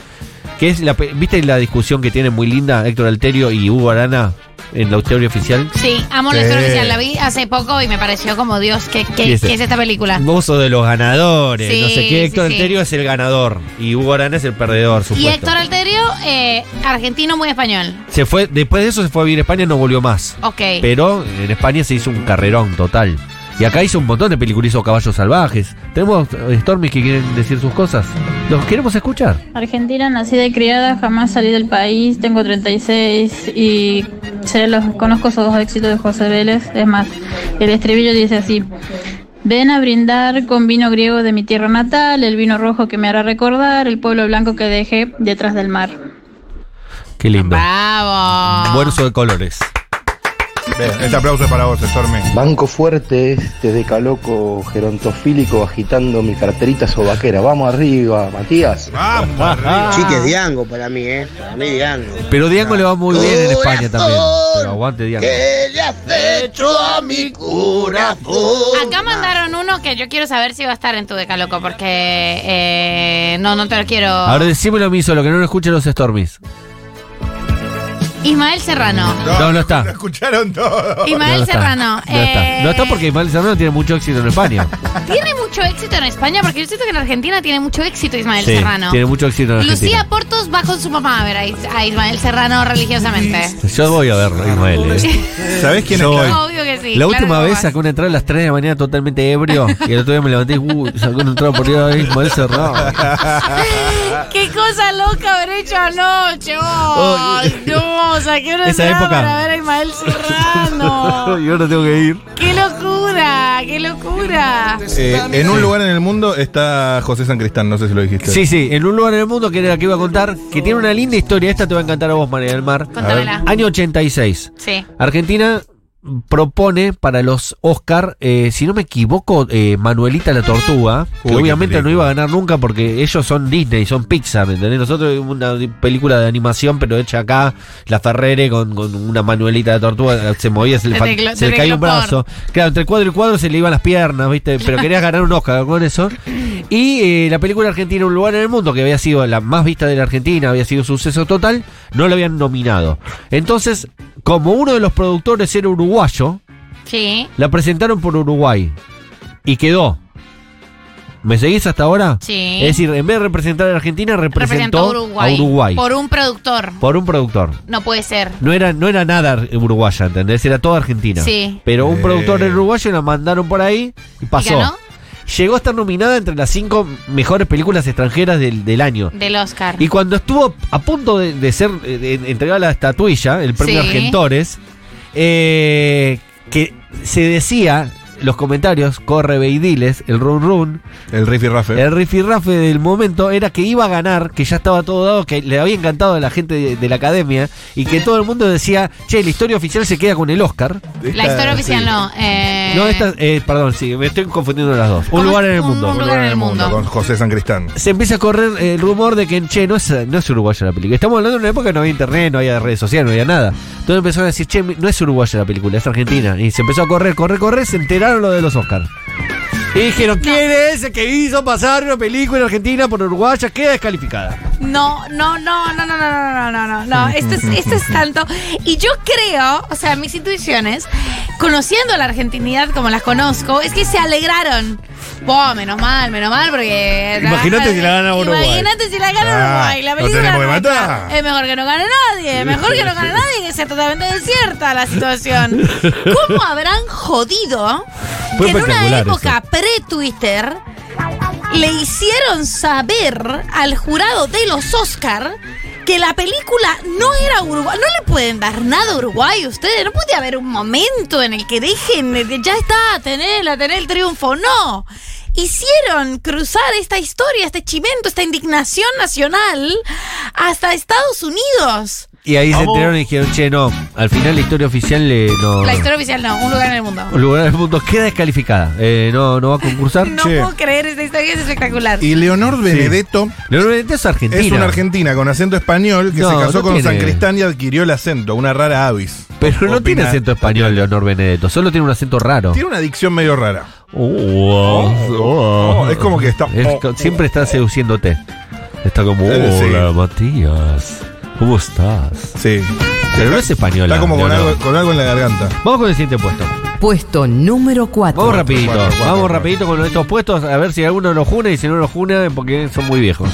Speaker 2: Que es la, pe- ¿Viste la discusión que tiene muy linda Héctor Alterio y Hugo Arana en la historia oficial?
Speaker 3: Sí, amo la
Speaker 1: Sí.
Speaker 3: historia oficial. La vi hace poco y me pareció como Dios, ¿qué, qué-
Speaker 2: Y ese-
Speaker 3: qué es esta película?
Speaker 2: Vos sos de los ganadores,
Speaker 3: Sí,
Speaker 2: no sé qué.
Speaker 3: sí,
Speaker 2: Héctor
Speaker 3: sí.
Speaker 2: Alterio es el ganador y Hugo Arana es el perdedor,
Speaker 3: Y
Speaker 2: supuesto.
Speaker 3: Héctor Alterio, eh, argentino muy español.
Speaker 2: se fue, después de eso se fue a vivir a España y no volvió más.
Speaker 3: Ok.
Speaker 2: Pero en España se hizo un carrerón total. Y acá hizo un montón de películas, hizo Caballos Salvajes. Tenemos eh, Stormy que quieren decir sus cosas. Los queremos escuchar.
Speaker 7: Argentina, nacida y criada, jamás salí del país, tengo 36 y sé los, conozco esos dos éxitos de José Vélez. Es más, el estribillo dice así. Ven a brindar con vino griego de mi tierra natal, el vino rojo que me hará recordar, el pueblo blanco que dejé detrás del mar.
Speaker 2: Qué lindo.
Speaker 3: Bravo.
Speaker 2: Buen uso de colores.
Speaker 1: Bien, Este aplauso es para vos, Stormy.
Speaker 8: Banco fuerte desde caloco gerontofílico agitando mi carterita sobaquera. Vamos arriba, Matías.
Speaker 1: Vamos, arriba.
Speaker 9: Ah. Chique Diango para mí, ¿eh? Para mí Diango.
Speaker 2: Pero Diango le va muy bien en España también. Pero aguante Diango.
Speaker 9: le has hecho a mi corazón?
Speaker 3: Acá mandaron uno que yo quiero saber si va a estar en tu decaloco porque eh, no, no te lo quiero.
Speaker 2: Ahora decímelo mismo, lo que no lo escuchen los Stormies.
Speaker 3: Ismael Serrano.
Speaker 2: No, no está.
Speaker 1: Lo escucharon todo.
Speaker 3: Ismael
Speaker 2: no
Speaker 3: Serrano.
Speaker 2: Está. No, está. No
Speaker 3: eh,
Speaker 2: está porque Ismael Serrano tiene mucho éxito en España.
Speaker 3: Tiene mucho éxito en España porque yo siento que en Argentina tiene mucho éxito Ismael
Speaker 2: Sí,
Speaker 3: Serrano.
Speaker 2: Tiene mucho éxito en Argentina.
Speaker 3: Lucía Portos va con su mamá a ver a Is- a Ismael Serrano religiosamente.
Speaker 2: Yo voy a verlo, Ismael. eh.
Speaker 1: ¿Sabés quién es
Speaker 2: Yo
Speaker 1: la-
Speaker 2: voy.
Speaker 3: Obvio que sí.
Speaker 2: la
Speaker 3: claro
Speaker 2: última
Speaker 3: que
Speaker 2: vez
Speaker 3: vas.
Speaker 2: sacó una entrada a las 3 de la mañana totalmente ebrio. Y el otro día me levanté y uh, sacó una entrada por ahí Ismael Serrano. Ah.
Speaker 3: ¡Qué cosa loca haber hecho anoche!
Speaker 2: Oh,
Speaker 3: ¡Ay, no! Saqué una
Speaker 2: esa
Speaker 3: entrada
Speaker 2: época.
Speaker 3: para ver a Ismael Serrano.
Speaker 2: y ahora tengo que ir.
Speaker 3: ¡Qué locura! ¡Qué locura!
Speaker 5: Eh,
Speaker 1: en un lugar en el mundo está José Sancristán, no sé si lo dijiste.
Speaker 2: Sí, sí, en un lugar en el mundo que era la que iba a contar, que tiene una linda historia. Esta te va a encantar a vos, María del Mar.
Speaker 3: Contámela.
Speaker 2: Año 86.
Speaker 3: Sí.
Speaker 2: Argentina propone para los Oscar, eh, si no me equivoco, eh, Manuelita la Tortuga, que
Speaker 1: Uy, qué
Speaker 2: obviamente no
Speaker 1: película.
Speaker 2: iba a ganar nunca porque ellos son Disney, son Pixar, ¿me ¿entendés? Nosotros una di- película de animación, pero hecha acá, La Ferrere con, con una Manuelita de Tortuga, se movía, se le,
Speaker 3: De
Speaker 2: fa-
Speaker 3: teclo-
Speaker 2: se
Speaker 3: de
Speaker 2: le caía un
Speaker 3: teclopor.
Speaker 2: brazo. Claro, entre cuadro y cuadro se le iban las piernas, ¿viste? Pero querías ganar un Oscar con eso. Y eh, la película argentina, Un lugar en el mundo, que había sido la más vista de la Argentina, había sido un suceso total, no lo habían nominado. Entonces, como uno de los productores era uruguayo,
Speaker 3: Sí.
Speaker 2: la presentaron por Uruguay y quedó. ¿Me seguís hasta ahora?
Speaker 3: Sí.
Speaker 2: Es decir, en vez de representar a la Argentina, representó,
Speaker 3: Representó a Uruguay.
Speaker 2: a Uruguay por,
Speaker 3: Por un productor.
Speaker 2: un productor.
Speaker 3: No puede ser.
Speaker 2: No era, no era nada ar- uruguaya, ¿entendés? Era toda Argentina.
Speaker 3: Sí.
Speaker 2: Pero un
Speaker 1: Eh.
Speaker 2: productor era uruguayo la mandaron por ahí y pasó.
Speaker 3: ¿Y ganó?
Speaker 2: Llegó a estar nominada entre las cinco mejores películas extranjeras del, del año.
Speaker 3: Del Oscar.
Speaker 2: Y cuando estuvo a punto de, de ser eh, de- entregada la estatuilla, el premio
Speaker 3: Sí.
Speaker 2: Argentores, eh, que se decía, los comentarios, corre Beidiles, el run run,
Speaker 1: El Riffy Rafe.
Speaker 2: el rifirrafe del momento era que iba a ganar, que ya estaba todo dado, que le había encantado a la gente de, de la academia y que todo el mundo decía, che, la historia oficial se queda con el Oscar.
Speaker 3: La historia oficial no. eh,
Speaker 2: No, esta, eh, perdón, sí, me estoy confundiendo las dos.
Speaker 3: ¿Cómo
Speaker 2: Un lugar
Speaker 3: es?
Speaker 2: en el mundo.
Speaker 3: Un lugar en el mundo.
Speaker 1: Con José Sancristán.
Speaker 2: se empieza a correr el rumor de que, che, no es, no es uruguaya la película. Estamos hablando de una época que no había internet, no había redes sociales, no había nada. Entonces empezaron a decir, che, no es uruguaya la película, es argentina. Y se empezó a correr, correr, correr, se enteraron lo de los Oscars. Y dijeron, ¿quién es el que hizo pasar una película argentina por uruguaya? Queda descalificada.
Speaker 3: No, no, no, no, no, no, no, no, no, no, no. Esto es, esto es tanto. Y yo creo, o sea, mis intuiciones, conociendo la argentinidad como las conozco, es que se alegraron. Buah, menos mal, menos mal, porque.
Speaker 2: Imagínate si la gana Uruguay.
Speaker 3: Imagínate si la gana
Speaker 1: Ah,
Speaker 3: Uruguay. La
Speaker 1: lo
Speaker 3: película
Speaker 1: tenemos que
Speaker 3: nuestra
Speaker 1: matar.
Speaker 3: Es mejor que no gane nadie. Mejor que no gane nadie, que sea totalmente desierta la situación. ¿Cómo habrán jodido
Speaker 2: Fue
Speaker 3: que en una
Speaker 2: espectacular
Speaker 3: época pre-Twitter le hicieron saber al jurado de los Oscar que la película no era Uruguay. No le pueden dar nada a Uruguay ustedes. No puede haber un momento en el que dejen, de- de- ya está, tenerla, tener el triunfo. No. Hicieron cruzar esta historia, este chimento, esta indignación nacional hasta Estados Unidos.
Speaker 2: Y ahí se enteraron y dijeron, che, no, al final la historia oficial le, no,
Speaker 3: La historia oficial no, un lugar en el mundo.
Speaker 2: no. Lugar del mundo queda descalificada. Eh, no, no va a concursar.
Speaker 3: No
Speaker 1: Che.
Speaker 3: puedo creer, esta historia es espectacular.
Speaker 1: Y Leonor Benedetto
Speaker 2: Leonel es argentina.
Speaker 1: es una argentina con acento español que
Speaker 2: No,
Speaker 1: se casó
Speaker 2: no
Speaker 1: con
Speaker 2: tiene-
Speaker 1: Sancristán y adquirió el acento, una rara avis.
Speaker 2: Pero no tiene
Speaker 1: Opina-
Speaker 2: acento español, Leonor Benedetto. Solo tiene un acento raro.
Speaker 1: Tiene una dicción medio rara.
Speaker 2: Oh, oh.
Speaker 1: Oh, es como que está-
Speaker 2: Es co- siempre está seduciéndote. Está como,
Speaker 1: Eh, sí.
Speaker 2: hola Matías, ¿cómo estás?
Speaker 1: Sí.
Speaker 2: Pero no es española.
Speaker 1: Está como con
Speaker 2: Leonor.
Speaker 1: algo, con algo en la garganta.
Speaker 2: Vamos con el siguiente puesto.
Speaker 4: Puesto número 4.
Speaker 2: Vamos rapidito.
Speaker 1: cuatro, cuatro,
Speaker 2: Vamos
Speaker 1: cuatro.
Speaker 2: rapidito con estos puestos a ver si alguno nos juna y si no nos juna porque son muy viejos.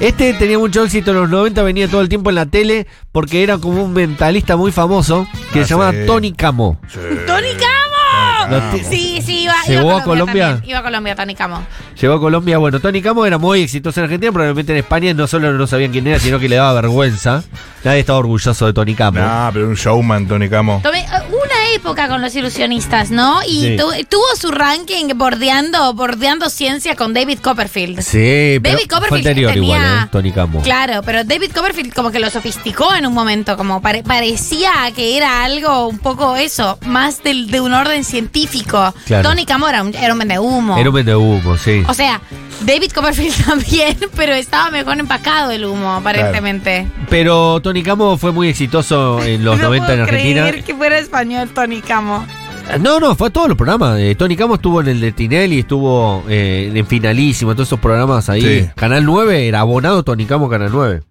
Speaker 2: Este tenía mucho éxito en los 90, venía todo el tiempo en la tele porque era como un mentalista muy famoso que
Speaker 1: Ah,
Speaker 2: se llamaba
Speaker 1: sí.
Speaker 2: Tony Camo.
Speaker 3: ¡Tony Camo!
Speaker 2: No te-
Speaker 3: Sí, sí, iba,
Speaker 2: ¿Se
Speaker 3: iba
Speaker 2: llevó a Colombia?
Speaker 3: también. Iba a Colombia, Tony Camo.
Speaker 2: Llegó a Colombia, bueno, Tony Camo era muy exitoso en Argentina, probablemente en España no solo no sabían quién era, sino que le daba vergüenza. Nadie estaba orgulloso de Tony Camo.
Speaker 1: Ah, pero un showman, Tony Camo.
Speaker 3: Tomé eh, una época con los ilusionistas, ¿no? Y
Speaker 2: Sí.
Speaker 3: tu- tuvo su ranking bordeando, bordeando ciencia con David Copperfield.
Speaker 2: Sí, pero
Speaker 3: David
Speaker 2: fue
Speaker 3: Copperfield
Speaker 2: anterior
Speaker 3: tenía-
Speaker 2: igual, ¿eh? Tony Camo.
Speaker 3: Claro, pero David Copperfield como que lo sofisticó en un momento, como pare- parecía que era algo un poco eso, más del- de un orden científico.
Speaker 2: Claro.
Speaker 3: Tony Camo era un, era un vendehumo.
Speaker 2: Era un vendehumo, sí.
Speaker 3: O sea, David Copperfield también, pero estaba mejor empacado el humo, aparentemente.
Speaker 2: Pero Tony Camo fue muy exitoso en los
Speaker 3: no
Speaker 2: 90
Speaker 3: puedo
Speaker 2: en Argentina.
Speaker 3: creer que fuera español Tony Camo.
Speaker 2: No, no, fue a todos los programas. Eh, Tony Camo estuvo en el de Tinelli, estuvo eh, en Finalísimo, todos esos programas ahí.
Speaker 1: Sí.
Speaker 2: Canal 9, era abonado Tony Camo Canal 9.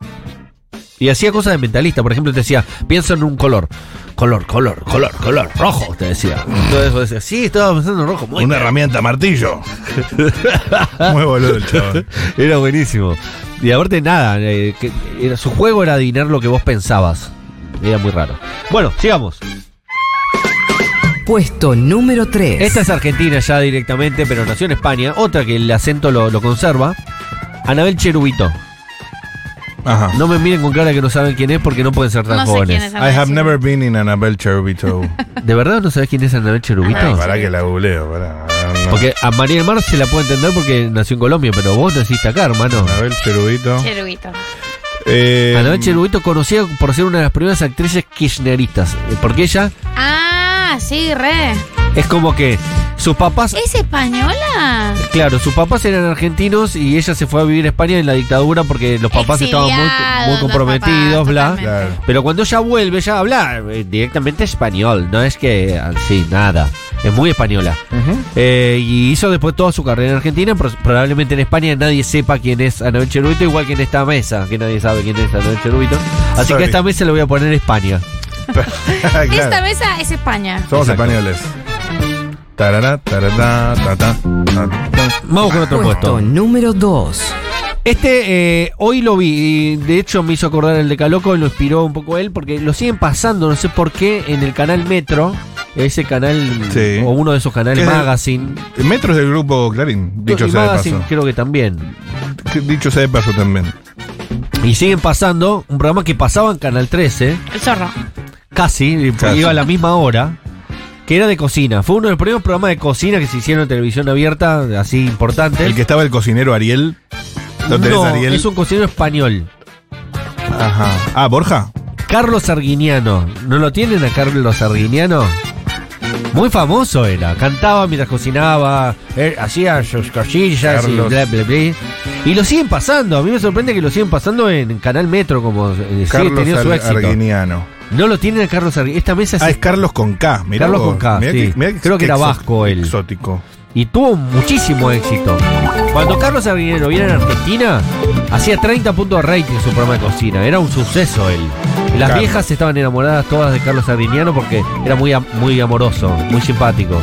Speaker 2: Y hacía cosas de mentalista. Por ejemplo, te decía, piensa en un color. Color, color, color, color. Rojo, te decía. Entonces vos decías, sí, estaba pensando en rojo. Muy
Speaker 1: Una
Speaker 2: bien".
Speaker 1: herramienta martillo. Muy boludo el chaval.
Speaker 2: Era buenísimo. Y aparte nada, eh, que era- su juego era adivinar lo que vos pensabas. Era muy raro. Bueno, sigamos.
Speaker 4: Puesto número 3.
Speaker 2: Esta Este es Argentina ya directamente, pero nació en España. Otra que el acento lo, lo conserva. Anabel Cherubito.
Speaker 1: Ajá.
Speaker 2: No me miren con cara que no saben quién es porque no pueden ser tan
Speaker 3: No sé
Speaker 2: jóvenes.
Speaker 3: quién es
Speaker 1: I have never been in Annabelle Cherubito.
Speaker 2: ¿De verdad no sabes quién es Anabel Cherubito?
Speaker 3: Anabel
Speaker 1: Para que la googleo, para.
Speaker 2: Porque a María del Mar se la puede entender porque nació en Colombia, pero vos naciste acá, hermano.
Speaker 1: Anabel Cherubito.
Speaker 3: Cheruguito.
Speaker 1: Eh,
Speaker 2: Anabel Cherubito conocida por ser una de las primeras actrices kirchneristas. eh, Porque ella
Speaker 3: Ah, sí, re.
Speaker 2: es como que sus papás
Speaker 3: ¿Es española?
Speaker 2: Claro, sus papás eran argentinos y ella se fue a vivir a España en la dictadura porque los papás estaban muy, muy
Speaker 3: Exiliados, los
Speaker 2: comprometidos,
Speaker 3: papás,
Speaker 2: bla.
Speaker 3: totalmente.
Speaker 1: Claro.
Speaker 2: Pero cuando ella vuelve, ella habla eh, directamente español, no es que así, nada. Es muy española. Eh, y hizo después toda su carrera en Argentina, pero probablemente en España nadie sepa quién es Anabel Cherubito, igual que en esta mesa, que nadie sabe quién es Anabel Cherubito. Así
Speaker 1: Sorry.
Speaker 2: que esta mesa le voy a poner España.
Speaker 1: claro.
Speaker 3: Esta mesa es España.
Speaker 1: Somos
Speaker 2: Exacto.
Speaker 1: españoles. Tarará, tarará, ta, ta, ta, ta.
Speaker 2: Vamos con
Speaker 1: Ah,
Speaker 2: otro puesto.
Speaker 4: Puesto número 2.
Speaker 2: Este eh, hoy lo vi y de hecho me hizo acordar el de Caloco y lo inspiró un poco él porque lo siguen pasando, no sé por qué, en el canal Metro, ese canal
Speaker 1: Sí.
Speaker 2: o uno de esos canales
Speaker 1: ¿Qué es el-
Speaker 2: Magazine.
Speaker 1: Metro es del grupo Clarín, dicho
Speaker 2: y
Speaker 1: sea de
Speaker 2: Magazine
Speaker 1: paso.
Speaker 2: creo que también.
Speaker 1: Que- Dicho sea de paso también.
Speaker 2: Y siguen pasando un programa que pasaba en Canal 13,
Speaker 3: El zorro.
Speaker 2: casi,
Speaker 1: Casi.
Speaker 2: iba a la misma hora, que era de cocina. Fue uno de los primeros programas de cocina que se hicieron en televisión abierta, así importante.
Speaker 1: El que estaba el cocinero Ariel. ¿Lo tenés
Speaker 2: ¿Eh? no,
Speaker 1: Ariel?
Speaker 2: es un cocinero español.
Speaker 1: Ajá. Ah, Borja.
Speaker 2: Carlos Arguiniano. ¿No lo tienen a Carlos Arguiniano? Muy famoso era. Cantaba mientras cocinaba, eh, hacía sus cosillas y
Speaker 1: Carlos.
Speaker 2: bla, bla, bla. Y lo siguen pasando. A mí me sorprende que lo siguen pasando en Canal Metro, como eh, sigue
Speaker 1: Carlos
Speaker 2: teniendo su
Speaker 1: Ar-
Speaker 2: éxito.
Speaker 1: Arguiniano.
Speaker 2: No lo tienen a Carlos Arguiniano. Esta mesa
Speaker 1: Ah,
Speaker 2: es-
Speaker 1: es Carlos con K. Mirá
Speaker 2: Carlos
Speaker 1: vos.
Speaker 2: con K,
Speaker 1: Mirá
Speaker 2: sí.
Speaker 1: mirá
Speaker 2: Creo que
Speaker 1: qué
Speaker 2: era
Speaker 1: exo-
Speaker 2: vasco él.
Speaker 1: Exótico.
Speaker 2: y tuvo muchísimo éxito. Cuando Carlos Arguiniano viene a Argentina, hacía 30 puntos de rating en su programa de cocina. Era un suceso él. Las
Speaker 1: Claro.
Speaker 2: viejas estaban enamoradas todas de Carlos Arguiniano porque era muy, am- muy amoroso, muy simpático.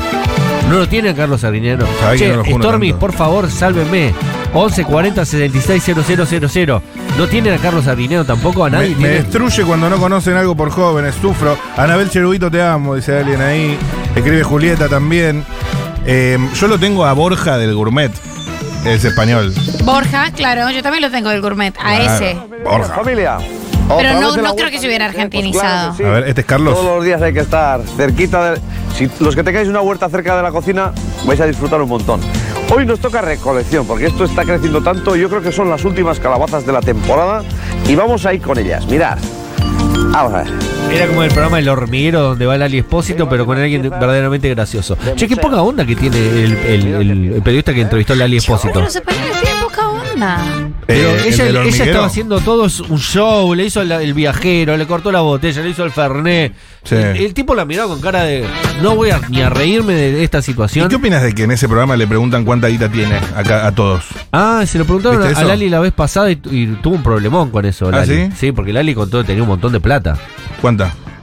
Speaker 2: ¿No lo tienen Carlos Arguiniano?
Speaker 1: Sabés que
Speaker 2: Che,
Speaker 1: no lo juro
Speaker 2: Stormy,
Speaker 1: tanto.
Speaker 2: por favor, sálvenme. 11 40 76 000. ¿No tienen a Carlos Arguiniano tampoco? ¿A
Speaker 1: Me,
Speaker 2: nadie
Speaker 1: me
Speaker 2: tienen?
Speaker 1: destruye cuando no conocen algo por jóvenes, sufro. Anabel Cherubito, te amo, dice alguien ahí. Escribe Julieta también. Eh, yo lo tengo a Borja del Gourmet. Es español.
Speaker 3: Borja, claro, yo también lo tengo del gourmet, a
Speaker 1: Claro.
Speaker 3: ese.
Speaker 1: Borja.
Speaker 9: Familia.
Speaker 3: Pero no, no creo que se hubiera argentinizado.
Speaker 1: A ver, este es Carlos.
Speaker 9: Todos los días hay que estar cerquita de... Si los que tengáis una huerta cerca de la cocina, vais a disfrutar un montón. Hoy nos toca recolección, porque esto está creciendo tanto, yo creo que son las últimas calabazas de la temporada, y vamos a ir con ellas, mirad. Vamos a ver.
Speaker 2: Era como el programa El Hormiguero donde va Lali Espósito, pero con alguien verdaderamente gracioso. Che, qué poca onda que tiene el, el- el- el periodista que entrevistó a Lali Espósito.
Speaker 3: Los españoles tienen poca onda.
Speaker 2: Pero
Speaker 1: Eh, el
Speaker 2: ella,
Speaker 1: del
Speaker 2: ella
Speaker 1: hormiguero.
Speaker 2: estaba haciendo todo es un show, le hizo la- el viajero, le cortó la botella, le hizo el fernet.
Speaker 1: Sí.
Speaker 2: El, el tipo la miraba con cara de no voy a, ni a reírme de esta
Speaker 1: ¿Y
Speaker 2: situación.
Speaker 1: qué opinas de que en ese programa le preguntan cuánta guita tiene acá a todos?
Speaker 2: Ah, se lo preguntaron
Speaker 1: ¿Viste
Speaker 2: a
Speaker 1: eso?
Speaker 2: Lali la vez pasada y, tu- y tuvo un problemón con eso.
Speaker 1: ¿Ah,
Speaker 2: Lali.
Speaker 1: sí?
Speaker 2: porque Lali contó que tenía un montón de plata.
Speaker 1: ¿Cuánta?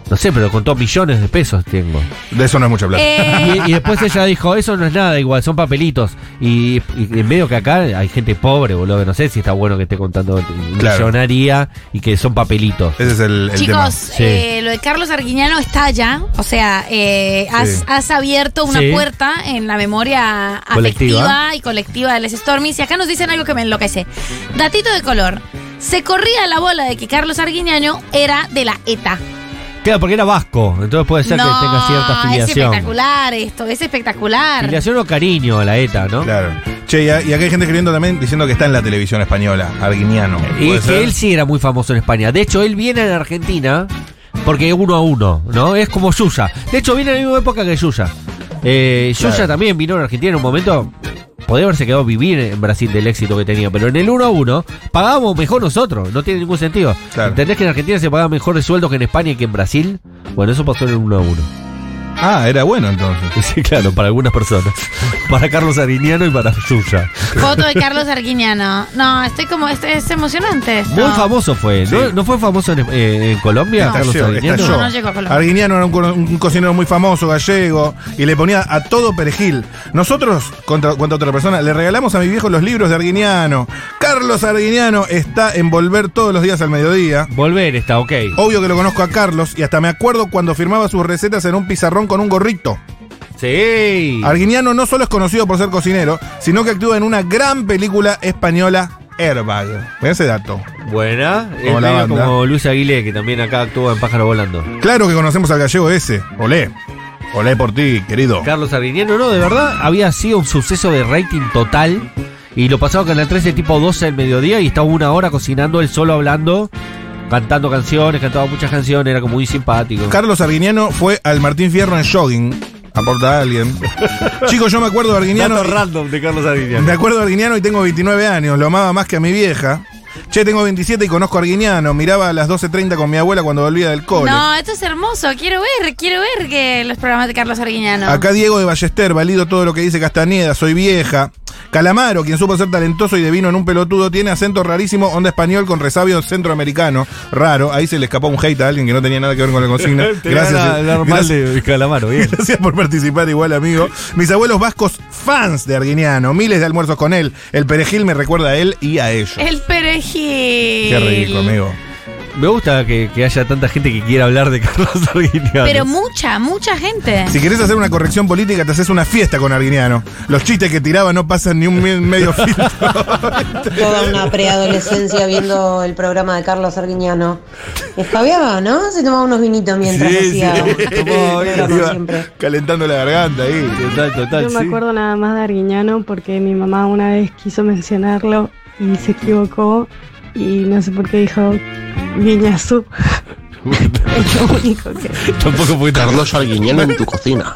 Speaker 2: No sé, pero contó millones de pesos tengo.
Speaker 1: De eso no es mucha plata.
Speaker 3: Eh,
Speaker 2: Y, y después ella dijo, eso no es nada igual, son papelitos. Y, y en medio que acá hay gente pobre, boludo, que no sé si está bueno que esté contando
Speaker 1: Claro.
Speaker 2: millonaria y que son papelitos.
Speaker 1: Ese es el, el tema.
Speaker 3: chicos, eh, lo de Carlos Arguiñano está ya. O sea, eh, has, has abierto una
Speaker 2: Sí.
Speaker 3: puerta en la memoria
Speaker 2: Colectiva.
Speaker 3: afectiva y colectiva de Les Stormies. Y acá nos dicen algo que me enloquece. Datito de color. Se corría la bola de que Carlos Arguiñano era de la ETA.
Speaker 2: Claro, porque era vasco, entonces puede ser que tenga cierta
Speaker 3: es
Speaker 2: filiación.
Speaker 3: espectacular esto, es espectacular.
Speaker 2: Filiación o cariño a la ETA, ¿no?
Speaker 1: Claro. Che, y, a- y acá hay gente escribiendo también diciendo que está en la televisión española, Arguiniano.
Speaker 2: Y
Speaker 1: ¿Puede
Speaker 2: que
Speaker 1: ser?
Speaker 2: él sí era muy famoso en España. De hecho, él viene a la Argentina porque uno a uno, ¿no? Es como Yuya. De hecho, viene en la misma época que Yuya. Eh, Yuya
Speaker 1: Claro.
Speaker 2: también vino a la Argentina en un momento. Podría haberse quedado a vivir en Brasil del éxito que tenía, pero en el uno a uno pagábamos mejor nosotros, no tiene ningún sentido.
Speaker 1: Claro.
Speaker 2: ¿Entendés que en Argentina se paga mejor el sueldo que en España y que en Brasil? Bueno, eso pasó en el uno a uno
Speaker 1: Ah, era bueno entonces.
Speaker 2: Sí, claro, para algunas personas. Para Carlos Ariniano y para Yuya.
Speaker 3: Foto de Carlos Arguiñano. No, estoy como, este es emocionante. esto.
Speaker 2: Muy famoso fue. ¿No, no fue famoso en, eh, en Colombia,
Speaker 3: No.
Speaker 2: Carlos
Speaker 1: Estalló,
Speaker 2: Ariniano?
Speaker 1: estalló.
Speaker 3: No, no llegó a Colombia.
Speaker 1: Arguiñano era un, co- un cocinero muy famoso, gallego, y le ponía a todo perejil. Nosotros, contra, contra otra persona, le regalamos a mi viejo los libros de Arguiñano. Carlos Arguiñano está en volver todos los días al mediodía.
Speaker 2: Volver está, ok.
Speaker 1: Obvio que lo conozco a Carlos y hasta me acuerdo cuando firmaba sus recetas en un pizarrón con un gorrito.
Speaker 2: Sí.
Speaker 1: Arguiñano no solo es conocido por ser cocinero, sino que actúa en una gran película española, Airbag. Mirá ese dato.
Speaker 2: Buena. Es
Speaker 1: Como la
Speaker 2: medio
Speaker 1: banda.
Speaker 2: como Luis Aguilé, que también acá actúa en Pájaro Volando.
Speaker 1: Claro que conocemos al gallego ese. Olé. Olé por ti, querido.
Speaker 2: Carlos Arguiñano, no, de verdad, había sido un suceso de rating total. Y lo pasaba Canal 13 tipo 12 del mediodía y estaba una hora cocinando, él solo hablando, cantando canciones, cantaba muchas canciones, era como muy simpático.
Speaker 1: Carlos Arguiñano fue al Martín Fierro en jogging. Aporta a alguien. Chicos, yo me acuerdo de Arguiñano.
Speaker 2: Dato random de Carlos
Speaker 1: Me
Speaker 2: Arguiñano.
Speaker 1: acuerdo de Arguiñano y tengo 29 años. Lo amaba más que a mi vieja. Che, tengo 27 y conozco a Arguiñano. Miraba a las 12.30 con mi abuela cuando volvía del cole.
Speaker 3: No, esto es hermoso. Quiero ver, quiero ver que los programas de Carlos Arguiñano.
Speaker 1: Acá Diego de Ballester, valido todo lo que dice Castañeda, soy vieja. Calamaro, quien supo ser talentoso y devino en un pelotudo, tiene acento rarísimo, onda español con resabio centroamericano. Raro, ahí se le escapó un hate a alguien que no tenía nada que ver con la consigna. Gracias.
Speaker 2: Gracias.
Speaker 1: Gracias-
Speaker 2: de Calamaro, bien.
Speaker 1: Gracias por participar igual, amigo. Mis abuelos vascos, fans de Arguiñano, miles de almuerzos con él. El perejil me recuerda a él y a ellos.
Speaker 3: El perejil.
Speaker 1: Qué rico, amigo.
Speaker 2: Me gusta que, que haya tanta gente que quiera hablar de Carlos Arguiñano.
Speaker 3: Pero mucha, mucha gente.
Speaker 1: Si querés hacer una corrección política, te haces una fiesta con Arguiñano. Los chistes que tiraba no pasan ni un me- medio filtro.
Speaker 6: Toda una preadolescencia viendo el programa de Carlos Arguiñano. Espabiaba, ¿no? Se tomaba unos vinitos mientras hacía como el programa
Speaker 1: Iba
Speaker 6: siempre.
Speaker 1: calentando la garganta ahí.
Speaker 2: Total, total,
Speaker 7: Yo me
Speaker 2: sí.
Speaker 7: acuerdo nada más de Arguiñano porque mi mamá una vez quiso mencionarlo y se equivocó y no sé por qué dijo Guiñazú. es lo único que...
Speaker 2: Tampoco fue tan
Speaker 10: Carlos Arguiñano en tu cocina.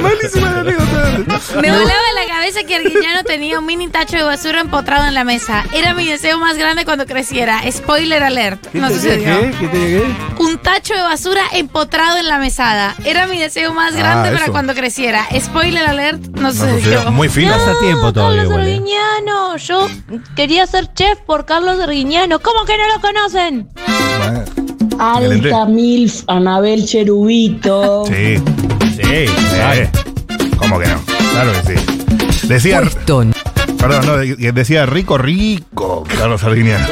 Speaker 1: Malísima la anécdota.
Speaker 3: Me volaba la cabeza que Arguiñano tenía un mini tacho de basura empotrado en la mesa. Era mi deseo más grande cuando creciera. Spoiler alert. No sucedió.
Speaker 2: ¿Qué tenía que
Speaker 3: Un tacho de basura empotrado en la mesada. Era mi deseo más grande para
Speaker 1: eso.
Speaker 3: cuando creciera. Spoiler alert. No
Speaker 1: No
Speaker 3: sucedió.
Speaker 1: sucedió. Muy fino.
Speaker 2: Pasa tiempo todavía,
Speaker 6: Carlos
Speaker 2: igual, eh.
Speaker 6: Arguiñano, yo quería ser chef por Carlos Arguiñano. ¿Cómo que no lo conocen?
Speaker 1: Excelente.
Speaker 7: Milf, Anabel Cherubito.
Speaker 1: Sí,
Speaker 2: Sí.
Speaker 1: sí. ¿Cómo que no? Claro que sí. Decía,
Speaker 4: Puesto
Speaker 1: perdón, no, de- decía rico, rico, Carlos Arguiñano.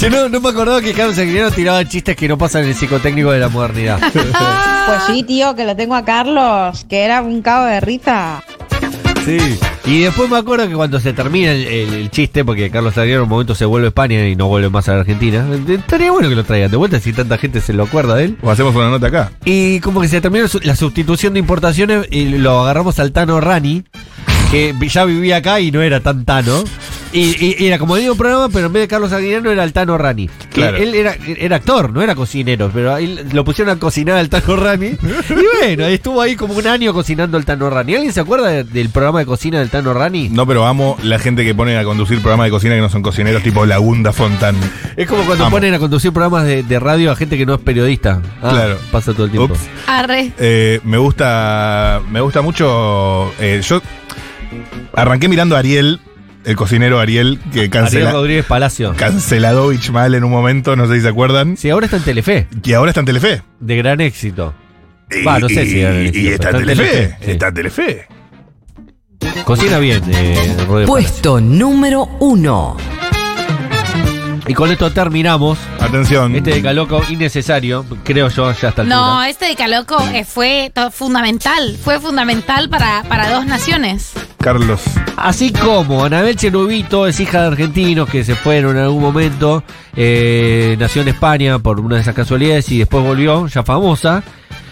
Speaker 2: Yo no, no me acordaba que Carlos Arguiñano tiraba chistes que no pasan en el psicotécnico de la modernidad.
Speaker 6: Pues sí, tío, que lo tengo a Carlos, que era un cabo de risa.
Speaker 2: Sí. Y después me acuerdo que cuando se termina el, el- el chiste, porque Carlos Arguiñano en un momento se vuelve a España y no vuelve más a la Argentina, estaría bueno que lo traigan de vuelta si tanta gente se lo acuerda de él.
Speaker 1: O hacemos una nota acá.
Speaker 2: Y como que se terminó su- la sustitución de importaciones y lo agarramos al Tano Rani, que vi- ya vivía acá y no era tan Tano. Y, y- y era como digo un programa, pero en vez de Carlos Aguirre era el Tano Rani. Que
Speaker 1: Claro.
Speaker 2: Él era, era actor, no era cocinero, pero ahí lo pusieron a cocinar al Tano Rani. Y bueno, estuvo ahí como un año cocinando el Tano Rani. ¿Alguien se acuerda de- del programa de cocina del Tano Rani?
Speaker 1: No, pero amo la gente que pone a conducir programas de cocina que no son cocineros, tipo Lagunda Fontán.
Speaker 2: Es como cuando
Speaker 1: Amo.
Speaker 2: ponen a conducir programas de, de radio a gente que no es periodista. Ah,
Speaker 1: Claro.
Speaker 2: Pasa todo el tiempo.
Speaker 1: Ups.
Speaker 3: Arre.
Speaker 1: Eh, me gusta. Me gusta mucho. eh, yo arranqué mirando a Ariel, el cocinero Ariel, que
Speaker 2: Ariel
Speaker 1: cancela,
Speaker 2: Rodríguez Palacio.
Speaker 1: canceladovich mal en un momento, no sé si se acuerdan.
Speaker 2: Sí, ahora está en Telefe,
Speaker 1: Y ahora está en Telefe.
Speaker 2: de gran éxito.
Speaker 11: Y,
Speaker 2: Va, no sé si
Speaker 11: y-
Speaker 2: era
Speaker 11: y
Speaker 2: delicioso,
Speaker 11: está en Telefe.
Speaker 2: sí.
Speaker 11: Está en Telefe.
Speaker 2: Cocina bien, eh, Rodrigo Palacio.
Speaker 4: Puesto número uno.
Speaker 2: Y con esto terminamos.
Speaker 1: Atención.
Speaker 2: Este de Caloco innecesario, creo yo, ya está.
Speaker 3: No, este de Caloco eh, fue to- fundamental. Fue fundamental para, para dos naciones.
Speaker 1: Carlos.
Speaker 2: Así como Anabel Cherubito es hija de argentinos que se fueron en algún momento, eh, nació en España por una de esas casualidades y después volvió, ya famosa.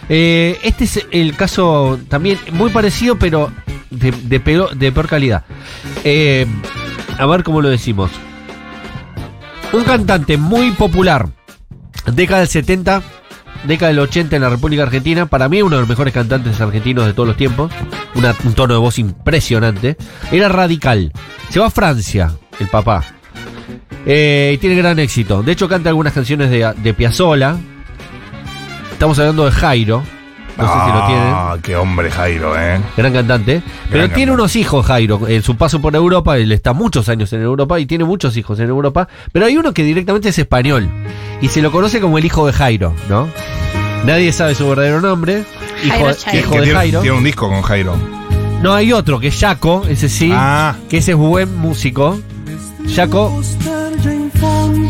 Speaker 2: Eh, este es el caso también muy parecido, pero de, de peor, de peor calidad. Eh, a ver cómo lo decimos. Un cantante muy popular, década del 70, década del 80 en la República Argentina, para mí uno de los mejores cantantes argentinos de todos los tiempos, una- un tono de voz impresionante, era radical. Se va a Francia, el papá, eh, y tiene gran éxito. De hecho, canta algunas canciones de, de Piazzolla. Estamos hablando de Jairo. No sé si lo tienen.
Speaker 1: Ah, qué hombre Jairo, ¿eh?
Speaker 2: Gran cantante. Pero
Speaker 1: Gran
Speaker 2: tiene unos hijos, Jairo. En su paso por Europa, él está muchos años en Europa y tiene muchos hijos en Europa. Pero hay uno que directamente es español. Y se lo conoce como el hijo de Jairo, ¿no? Nadie sabe su verdadero nombre. Hijo,
Speaker 3: Jairo
Speaker 2: de-
Speaker 3: Chai.
Speaker 2: hijo
Speaker 12: Que
Speaker 2: de
Speaker 12: tiene,
Speaker 2: Jairo.
Speaker 12: tiene un disco con Jairo.
Speaker 2: No, hay otro que es Jaco, ese sí.
Speaker 12: Ah.
Speaker 2: Que ese es buen músico. Jaco.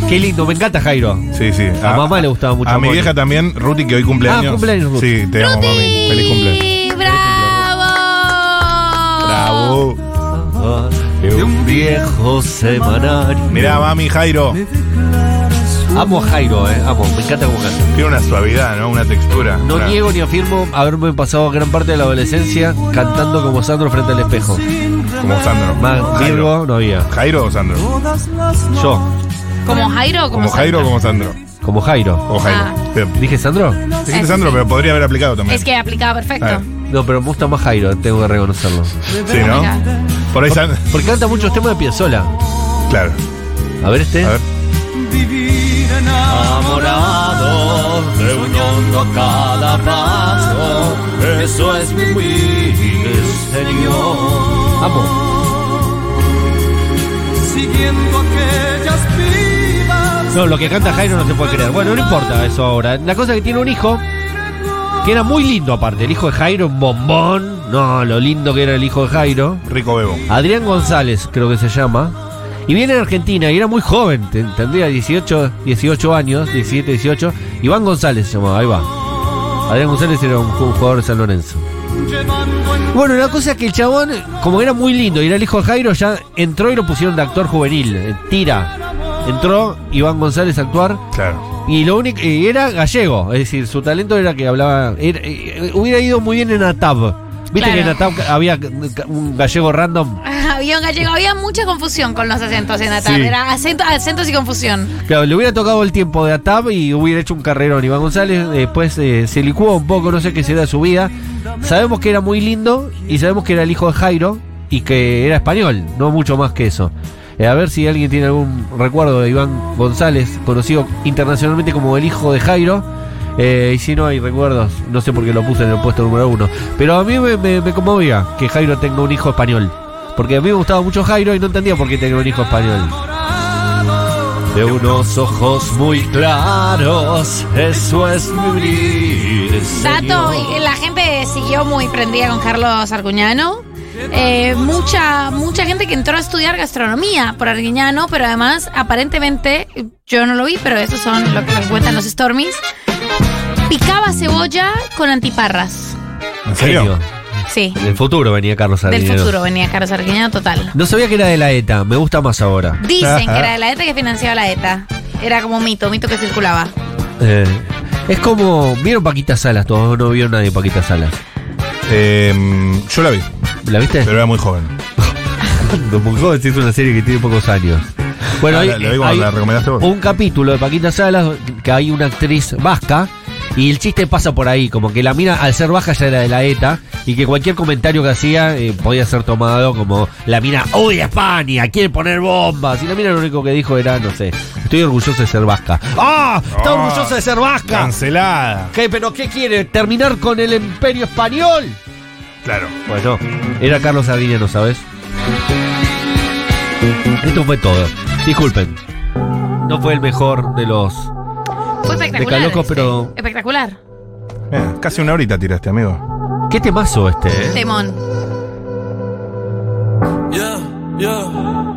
Speaker 2: Qué lindo, me encanta Jairo.
Speaker 12: Sí, sí.
Speaker 2: A mamá le gustaba mucho
Speaker 12: Ah, A mi
Speaker 2: Moni.
Speaker 12: vieja también, Ruti, que hoy cumpleaños.
Speaker 2: Ah, cumpleaños, Ruti.
Speaker 12: Sí, te amo,
Speaker 3: Ruti.
Speaker 12: mami. Feliz cumpleaños.
Speaker 3: Sí, ¡Bravo!
Speaker 12: Bravo.
Speaker 2: Ah, De un viejo semanario.
Speaker 12: Mirá, mami, Jairo.
Speaker 2: Amo a Jairo, eh. Amo, me encanta como canta.
Speaker 12: Tiene una suavidad, ¿no? Una textura.
Speaker 2: No
Speaker 12: Una-
Speaker 2: niego ni afirmo haberme pasado gran parte de la adolescencia cantando como Sandro frente al espejo.
Speaker 12: Como Sandro.
Speaker 2: Más
Speaker 12: Jairo.
Speaker 2: Virgo no había.
Speaker 12: ¿Jairo o Sandro?
Speaker 2: Yo,
Speaker 3: ¿Como Jairo o como,
Speaker 12: Como Jairo o como Sandro.
Speaker 2: como Jairo.
Speaker 12: O Jairo.
Speaker 3: Ah.
Speaker 12: Pero-
Speaker 2: ¿Dije Sandro?
Speaker 12: Dijiste Sandro, pero podría haber aplicado también.
Speaker 3: Es que aplicaba perfecto.
Speaker 12: Ah.
Speaker 2: No, pero me gusta más Jairo, tengo que reconocerlo.
Speaker 12: Sí, ¿no? Por ahí Sandro.
Speaker 2: Porque canta muchos temas de Piazzolla.
Speaker 12: Claro.
Speaker 2: A ver este.
Speaker 12: A ver.
Speaker 2: Enamorado, reuniendo cada paso. Eso es mi señor. Amo.
Speaker 5: Siguiendo aquellas vivas.
Speaker 2: No, lo que canta Jairo no se puede creer. Bueno, no importa eso ahora. La cosa es que tiene un hijo que era muy lindo aparte. El hijo de Jairo, un bombón. No, lo lindo que era el hijo de Jairo.
Speaker 12: Rico Bebo.
Speaker 2: Adrián González, creo que se llama. Y viene de Argentina y era muy joven, te- tendría 18, 18 años, 17, 18. Iván González se llamaba, ahí va. Adrián González era un ju- jugador de San Lorenzo. Bueno, la cosa es que el chabón, como era muy lindo y era el hijo de Jairo, ya entró y lo pusieron de actor juvenil, eh, tira. Entró Iván González a actuar
Speaker 12: Claro.
Speaker 2: y lo único y era gallego, es decir, su talento era que hablaba. era- eh, hubiera ido muy bien en ATAB. Viste
Speaker 3: Claro.
Speaker 2: que en ATAB había eh, un gallego random.
Speaker 3: Había un gallego, había mucha confusión con los acentos en la tarde.
Speaker 2: Sí.
Speaker 3: Era acento- acentos y confusión.
Speaker 2: Claro, le hubiera tocado el tiempo de Atab y hubiera hecho un carrerón. Iván González después eh, se licuó un poco, no sé qué será de su vida. Sabemos que era muy lindo y sabemos que era el hijo de Jairo y que era español, no mucho más que eso. Eh, a ver si alguien tiene algún recuerdo de Iván González, conocido internacionalmente como el hijo de Jairo. Eh, y si no hay recuerdos, no sé por qué lo puse en el puesto número uno. Pero a mí me, me- me conmovía que Jairo tenga un hijo español. Porque a mí me gustaba mucho Jairo y no entendía por qué tenía un hijo español. De unos ojos muy claros, eso es vivir.
Speaker 3: Dato, y la gente siguió muy prendida con Carlos Arguñano. Eh, mucha, mucha gente que entró a estudiar gastronomía por Arguiñano, pero además, aparentemente, yo no lo vi, pero esos son lo que nos cuentan los Stormies. Picaba cebolla con antiparras.
Speaker 12: ¿En serio?
Speaker 3: Sí,
Speaker 2: Del futuro venía Carlos
Speaker 3: del
Speaker 2: Sardinero.
Speaker 3: futuro venía Carlos Arguiñano, total.
Speaker 2: No sabía que era de la ETA, me gusta más ahora.
Speaker 3: Dicen que era de la ETA que financiaba la ETA. Era como mito, mito que circulaba.
Speaker 2: Eh, es como. ¿Vieron Paquita Salas? Todos no vieron nadie Paquita Salas.
Speaker 12: Eh, yo la vi,
Speaker 2: ¿La viste?
Speaker 12: pero era muy joven.
Speaker 2: Domungo es una serie que tiene pocos años. Bueno,
Speaker 12: Ah,
Speaker 2: hay,
Speaker 12: la- la vi cuando
Speaker 2: hay
Speaker 12: la recomendaste vos.
Speaker 2: un capítulo de Paquita Salas que hay una actriz vasca y el chiste pasa por ahí, como que la mina al ser baja ya era de la ETA y que cualquier comentario que hacía eh, podía ser tomado como la mina odia España, quiere poner bombas y la mina lo único que dijo era, no sé, estoy orgullosa de ser vasca. ¡Ah! ¡Está
Speaker 12: Ah,
Speaker 2: orgullosa de ser vasca!
Speaker 12: Cancelada.
Speaker 2: ¿Qué, ¿Pero qué quiere? ¿Terminar con el imperio español?
Speaker 12: Claro.
Speaker 2: Bueno, era Carlos Sardinero, ¿sabes? Esto fue todo. Disculpen. No fue el mejor de los.
Speaker 3: Fue espectacular.
Speaker 2: Decaloco,
Speaker 3: este.
Speaker 2: pero-
Speaker 3: Espectacular.
Speaker 12: Eh, casi una horita tiraste, amigo.
Speaker 2: ¿Qué temazo este, eh?
Speaker 3: Temón.
Speaker 5: Yeah, yeah.